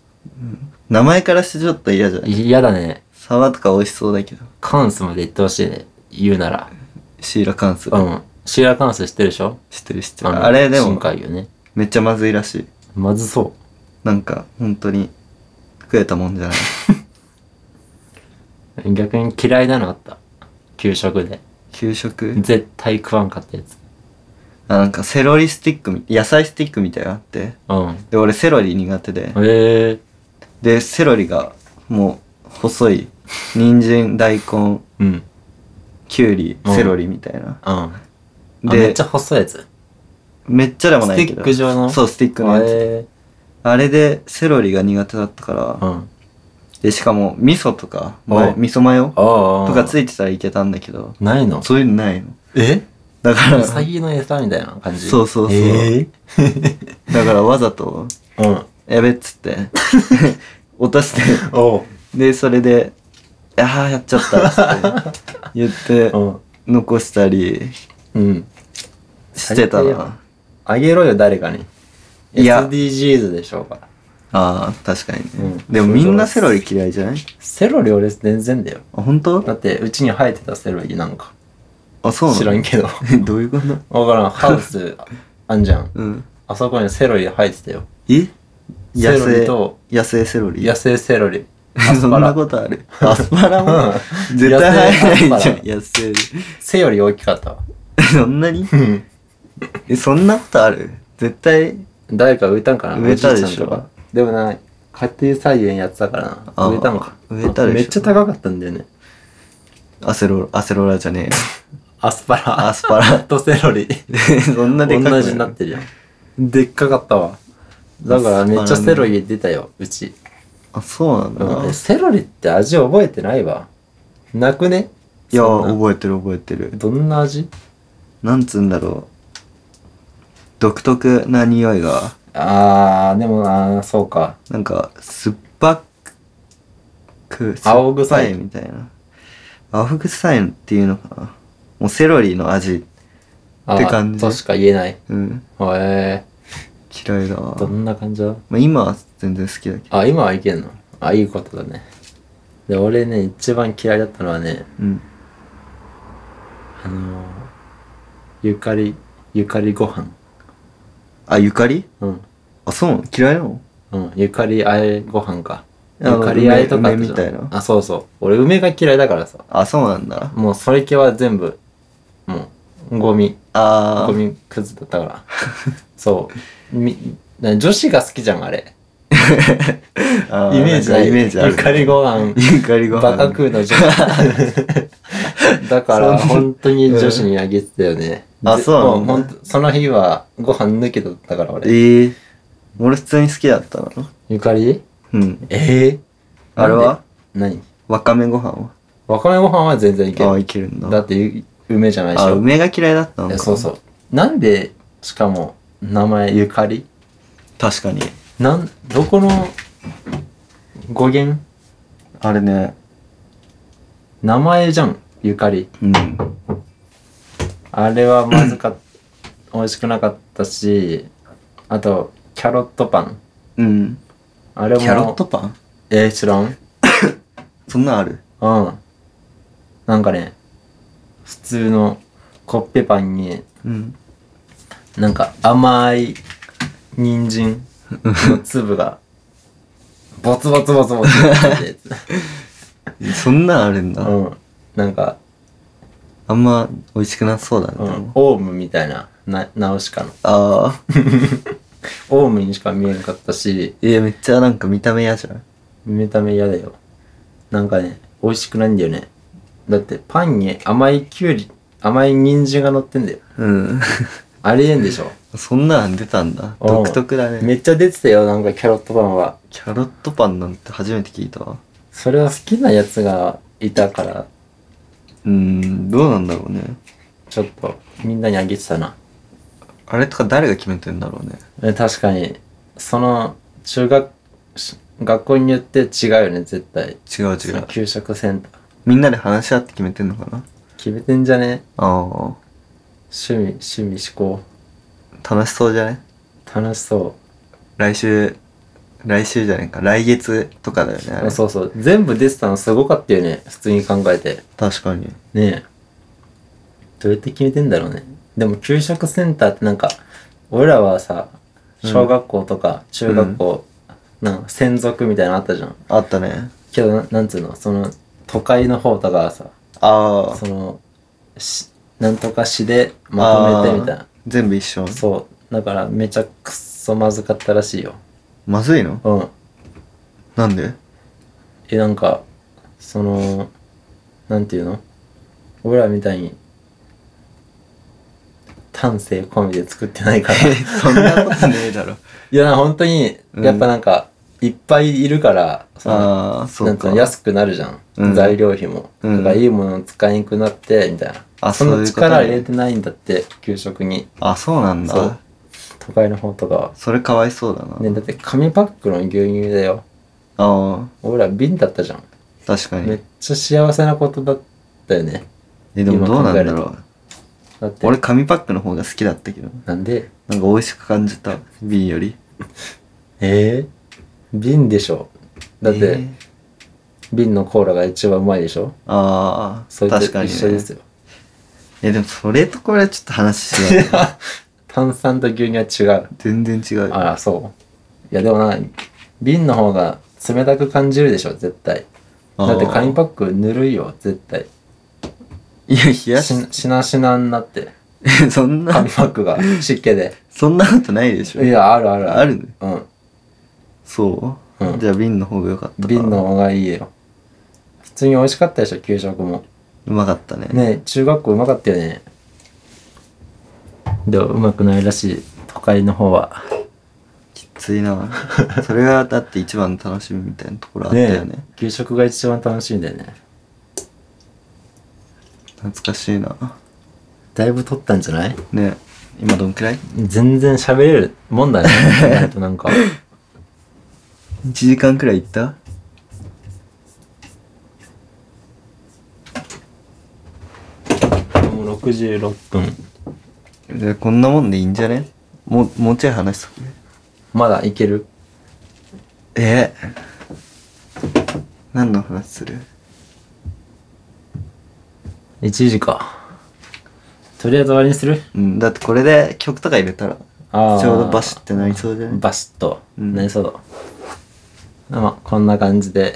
Speaker 2: 名前からしてちょっと嫌じゃない
Speaker 1: 嫌だね
Speaker 2: サバとか美味しそうだけど
Speaker 1: カンスまで言ってほしいね言うなら
Speaker 2: シイラ関数、
Speaker 1: うんシーラ関数知ってるでしょ
Speaker 2: 知ってる知ってる
Speaker 1: の
Speaker 2: あれで
Speaker 1: 深
Speaker 2: も
Speaker 1: 海魚ね
Speaker 2: めっちゃまずいらしい
Speaker 1: まずそう
Speaker 2: なんか本当に 食えたもんじゃない
Speaker 1: 逆に嫌いなのあった給食で。
Speaker 2: 給食
Speaker 1: 絶対食わんかったやつ。
Speaker 2: あなんかセロリスティックみ野菜スティックみたいなのあって
Speaker 1: うん。
Speaker 2: で俺セロリ苦手で
Speaker 1: ええ
Speaker 2: でセロリがもう細い人参大根
Speaker 1: うん。うん。
Speaker 2: きゅうり
Speaker 1: うん
Speaker 2: セロリみたいな、
Speaker 1: あ
Speaker 2: で
Speaker 1: めっちゃ細いやつ。
Speaker 2: めっちゃでもないけど
Speaker 1: スティック状の
Speaker 2: そうスティックのやつ、
Speaker 1: え
Speaker 2: あれでセロリが苦手だったから、
Speaker 1: えうん。
Speaker 2: でしかも味噌とかマヨ
Speaker 1: お
Speaker 2: 味噌マヨ
Speaker 1: ああ。
Speaker 2: とかついてたらいけたんだけど
Speaker 1: ないの
Speaker 2: そういうのないの
Speaker 1: え
Speaker 2: だから
Speaker 1: ウサギの餌みたいな感じ
Speaker 2: そうそうそう
Speaker 1: え
Speaker 2: だからわざと
Speaker 1: えうん。
Speaker 2: やべっつって 落として
Speaker 1: おう。
Speaker 2: でそれで「ああやっちゃった」っつって言って
Speaker 1: うん。
Speaker 2: 残したり
Speaker 1: うん。
Speaker 2: してた
Speaker 1: 最低や
Speaker 2: なん
Speaker 1: あげろよ、誰かに。
Speaker 2: いや
Speaker 1: SDGs でしょうか。
Speaker 2: ああ確かにね、
Speaker 1: うん
Speaker 2: でもみんなセロリ嫌いじゃない
Speaker 1: セロリ俺全然だよ。
Speaker 2: あ本当
Speaker 1: だって、うちに生えてたセロリなんか。
Speaker 2: あそうなの
Speaker 1: 知らんけど。
Speaker 2: え どういうこと
Speaker 1: わからん。ハウス、あんじゃん。
Speaker 2: うん
Speaker 1: あそこにセロリ生えてたよ。
Speaker 2: え
Speaker 1: セ
Speaker 2: 野
Speaker 1: ロリ
Speaker 2: 生
Speaker 1: と
Speaker 2: 野生セロリ
Speaker 1: 野生セロリ。アス
Speaker 2: そん
Speaker 1: パ
Speaker 2: な
Speaker 1: ラ。
Speaker 2: ことあるアスパラも
Speaker 1: うん
Speaker 2: 絶対
Speaker 1: 野
Speaker 2: 入らない
Speaker 1: 生
Speaker 2: じ
Speaker 1: ア
Speaker 2: ゃん
Speaker 1: スパ
Speaker 2: 野生
Speaker 1: 背より大きかったわ。
Speaker 2: そんなに
Speaker 1: うん。
Speaker 2: えそんなことある絶対
Speaker 1: 誰か植えたんかな
Speaker 2: 植えたでしょ
Speaker 1: おじいちゃんとかでもな家庭菜園やってたから
Speaker 2: あ
Speaker 1: な植えたのか
Speaker 2: 植えたでしょ
Speaker 1: めっちゃ高かったんだよね
Speaker 2: アセロアセロラじゃねえよ
Speaker 1: アスパラ
Speaker 2: アスパラ
Speaker 1: とセロリ
Speaker 2: そんなでかくな
Speaker 1: 同
Speaker 2: い
Speaker 1: じになってるよでっかかったわだからめっちゃセロリ出たようち、
Speaker 2: あそうなんだ、
Speaker 1: うん
Speaker 2: い
Speaker 1: セロリって味覚えてないわなくね
Speaker 2: や
Speaker 1: そんな
Speaker 2: 覚えてる覚えてる
Speaker 1: どんな味
Speaker 2: なんつうんだろう独特な匂いが
Speaker 1: あーでもなそうか
Speaker 2: なんか酸っぱく
Speaker 1: 青臭い
Speaker 2: 酸っぱみたいな青臭いっていうのかなもうセロリの味
Speaker 1: あー
Speaker 2: って感じ
Speaker 1: としか言えないへ
Speaker 2: うん
Speaker 1: え
Speaker 2: 嫌いだわ
Speaker 1: どんな感じだ
Speaker 2: まあ、今は全然好きだけど
Speaker 1: あ、今はいけんのあ、いいことだね。で、俺ね、一番嫌いだったのはね、
Speaker 2: うん
Speaker 1: あのー、ゆかり、ゆかりご飯。
Speaker 2: あゆかり
Speaker 1: うん。
Speaker 2: あそうなの嫌いなの
Speaker 1: うん。ゆかりあえご飯か。
Speaker 2: あの
Speaker 1: ゆかりあえとかあった
Speaker 2: 梅
Speaker 1: じゃん
Speaker 2: 梅みたいな
Speaker 1: あ、そうそう。俺、梅が嫌いだからさ。
Speaker 2: あそうなんだ
Speaker 1: もう、それ系は全部、もう、ゴミ、
Speaker 2: あ
Speaker 1: ゴミくずだったから。そう。み、な女子が好きじゃん、あれ。
Speaker 2: あ
Speaker 1: イメージない。
Speaker 2: イメージある
Speaker 1: ゆかりご飯。
Speaker 2: ゆかりご飯
Speaker 1: バカ食うの女 子だから
Speaker 2: そんな
Speaker 1: 本当に女子にあげてたよね、
Speaker 2: うんあ
Speaker 1: で
Speaker 2: そうな
Speaker 1: も
Speaker 2: んだ
Speaker 1: ほんとその日はご飯抜けだったから俺
Speaker 2: ええ俺普通に好きだったの
Speaker 1: ゆかり
Speaker 2: うん
Speaker 1: ええ
Speaker 2: あれは
Speaker 1: 何
Speaker 2: わかめご飯は
Speaker 1: わかめご飯は全然いけ
Speaker 2: あ
Speaker 1: る
Speaker 2: いけるんだ
Speaker 1: だってゆ梅じゃないでし
Speaker 2: あ
Speaker 1: ょ
Speaker 2: 梅が嫌いだったの
Speaker 1: え
Speaker 2: か
Speaker 1: そうそうなんでしかも名前ゆかり
Speaker 2: 確かに
Speaker 1: なんどこの語源
Speaker 2: あれね
Speaker 1: 名前じゃんゆかり
Speaker 2: うん
Speaker 1: あれはまずかっ美味しくなかったしあとキャロットパン
Speaker 2: うん
Speaker 1: あれも
Speaker 2: キャロットパン
Speaker 1: えー、知らんうん
Speaker 2: そんなんある
Speaker 1: なんかね普通のコッペパンに
Speaker 2: うん
Speaker 1: なんか甘い人参の粒がボツボツボツボツってやつ
Speaker 2: そんなんあるんだ、
Speaker 1: うんなんか、
Speaker 2: あんま美味しくなさそうだね、
Speaker 1: う
Speaker 2: で
Speaker 1: ん
Speaker 2: も、
Speaker 1: オウムみたいななナウシカの
Speaker 2: ああ
Speaker 1: オウムにしか見えんかったし
Speaker 2: いやめっちゃなんか見た目嫌じゃん
Speaker 1: 見た目嫌だよなんかね美味しくないんだよねだってパンに甘いきゅうり甘い人参が乗ってんだよ
Speaker 2: うん
Speaker 1: ありえんでしょ
Speaker 2: そんなん出たんだ
Speaker 1: うん
Speaker 2: 独特だね
Speaker 1: めっちゃ出てたよなんかキャロットパンは
Speaker 2: キャロットパンなんて初めて聞いたわ
Speaker 1: それは好きなやつがいたから
Speaker 2: うーんどうなんだろうね
Speaker 1: ちょっとみんなにあげてたな
Speaker 2: あれとか誰が決めてんだろうね
Speaker 1: え確かにその中学し学校によって違うよね絶対
Speaker 2: 違う
Speaker 1: そ
Speaker 2: 違
Speaker 1: の
Speaker 2: う
Speaker 1: 給食センター
Speaker 2: みんなで話し合って決めてんのかな
Speaker 1: 決めてんじゃね
Speaker 2: あ
Speaker 1: 趣味趣味思考
Speaker 2: あ楽しそうじゃね
Speaker 1: 楽しそ
Speaker 2: 来週来週じゃないか来月とかだよね
Speaker 1: う
Speaker 2: あ
Speaker 1: あ
Speaker 2: れ
Speaker 1: そうそう全部出てたのすごかったよね普通に考えて
Speaker 2: 確かに
Speaker 1: ねえどうやって決めてんだろうねでも給食センターってなんか俺らはさ
Speaker 2: うん
Speaker 1: 小学校とか中学校、なんか専属みたいなのあったじゃん
Speaker 2: あったね
Speaker 1: けどななんつうのその都会の方とかはさ
Speaker 2: ああ
Speaker 1: そのしなんとか詩でまとめてみたいな
Speaker 2: 全部一緒
Speaker 1: そうだからめちゃくそまずかったらしいよ
Speaker 2: まずいの
Speaker 1: うん
Speaker 2: なんで
Speaker 1: えなんかそのなんていうの俺らみたいに丹精込みで作ってないから
Speaker 2: えそんなことねえだろ
Speaker 1: いや本当に
Speaker 2: うん
Speaker 1: やっぱなんか、いっぱいいるからその
Speaker 2: ああそ
Speaker 1: な
Speaker 2: うん
Speaker 1: てい
Speaker 2: か
Speaker 1: うの安くなるじゃん、
Speaker 2: うん
Speaker 1: 材料費も、
Speaker 2: うん
Speaker 1: だからいいものを使いにくくなってみたいな
Speaker 2: あ
Speaker 1: そ
Speaker 2: そう
Speaker 1: の
Speaker 2: いうことね
Speaker 1: 力入れてないんだって給食に
Speaker 2: あそうなん
Speaker 1: そ
Speaker 2: だ
Speaker 1: う都会の方とかは
Speaker 2: それかわいそうだな、
Speaker 1: ねだって紙パックの牛乳だよ
Speaker 2: あ
Speaker 1: 俺ら瓶だったじゃん
Speaker 2: あ確かに、
Speaker 1: めっちゃ幸せなことだったよね
Speaker 2: えでもどうなんだろ
Speaker 1: 今
Speaker 2: う
Speaker 1: だって
Speaker 2: 俺紙パックの方が好きだったけど
Speaker 1: なんで
Speaker 2: なんか美味しく感じた瓶より
Speaker 1: えー、瓶でしょだって、
Speaker 2: えー
Speaker 1: 瓶のコーラが一番うまいでしょ
Speaker 2: あ
Speaker 1: それと
Speaker 2: あ確かに、ね、
Speaker 1: 一緒です よ、
Speaker 2: えでもそれとこれはちょっと話 違う
Speaker 1: 炭酸と牛乳は違う
Speaker 2: 全然違う
Speaker 1: ああそういやでもな瓶の方が冷たく感じるでしょ絶対だって紙
Speaker 2: ッ
Speaker 1: パックぬるいよ絶対
Speaker 2: クいや冷やし
Speaker 1: ししなしなになって
Speaker 2: え そんな
Speaker 1: 紙パック が湿気で
Speaker 2: そんなことないでしょ
Speaker 1: いやあるある
Speaker 2: あるね
Speaker 1: うん
Speaker 2: そう、
Speaker 1: うん
Speaker 2: じゃあ瓶の方が良かったか
Speaker 1: 瓶の方がいいよ普通に美味しかったでしょ給食も
Speaker 2: うまかったね
Speaker 1: ねえ中学校うまかったよねでもうまくないらしい都会の方は
Speaker 2: きつ いなそれがだって一番の楽しみみたいなところあったよね
Speaker 1: え給食が一番楽しいんだよね
Speaker 2: 懐かしいな
Speaker 1: だいぶ取ったんじゃない
Speaker 2: ね今どんくらい
Speaker 1: 全然喋れるもんだね意外となんか
Speaker 2: 1時間くらい行った
Speaker 1: もう66分
Speaker 2: じゃあこんなもんでいいんじゃねもうもうちょい話しとく
Speaker 1: まだいける
Speaker 2: え何の話する
Speaker 1: 1時かとりあえず終わりにする
Speaker 2: うんだってこれで曲とか入れたら
Speaker 1: あー
Speaker 2: ちょうどバシってなりそうじゃない
Speaker 1: バシッと
Speaker 2: うん
Speaker 1: なりそうだ、まあこんな感じで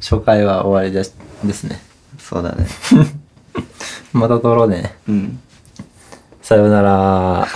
Speaker 1: 初回は終わりですですね
Speaker 2: そうだね
Speaker 1: また撮ろうね
Speaker 2: うん
Speaker 1: さようなら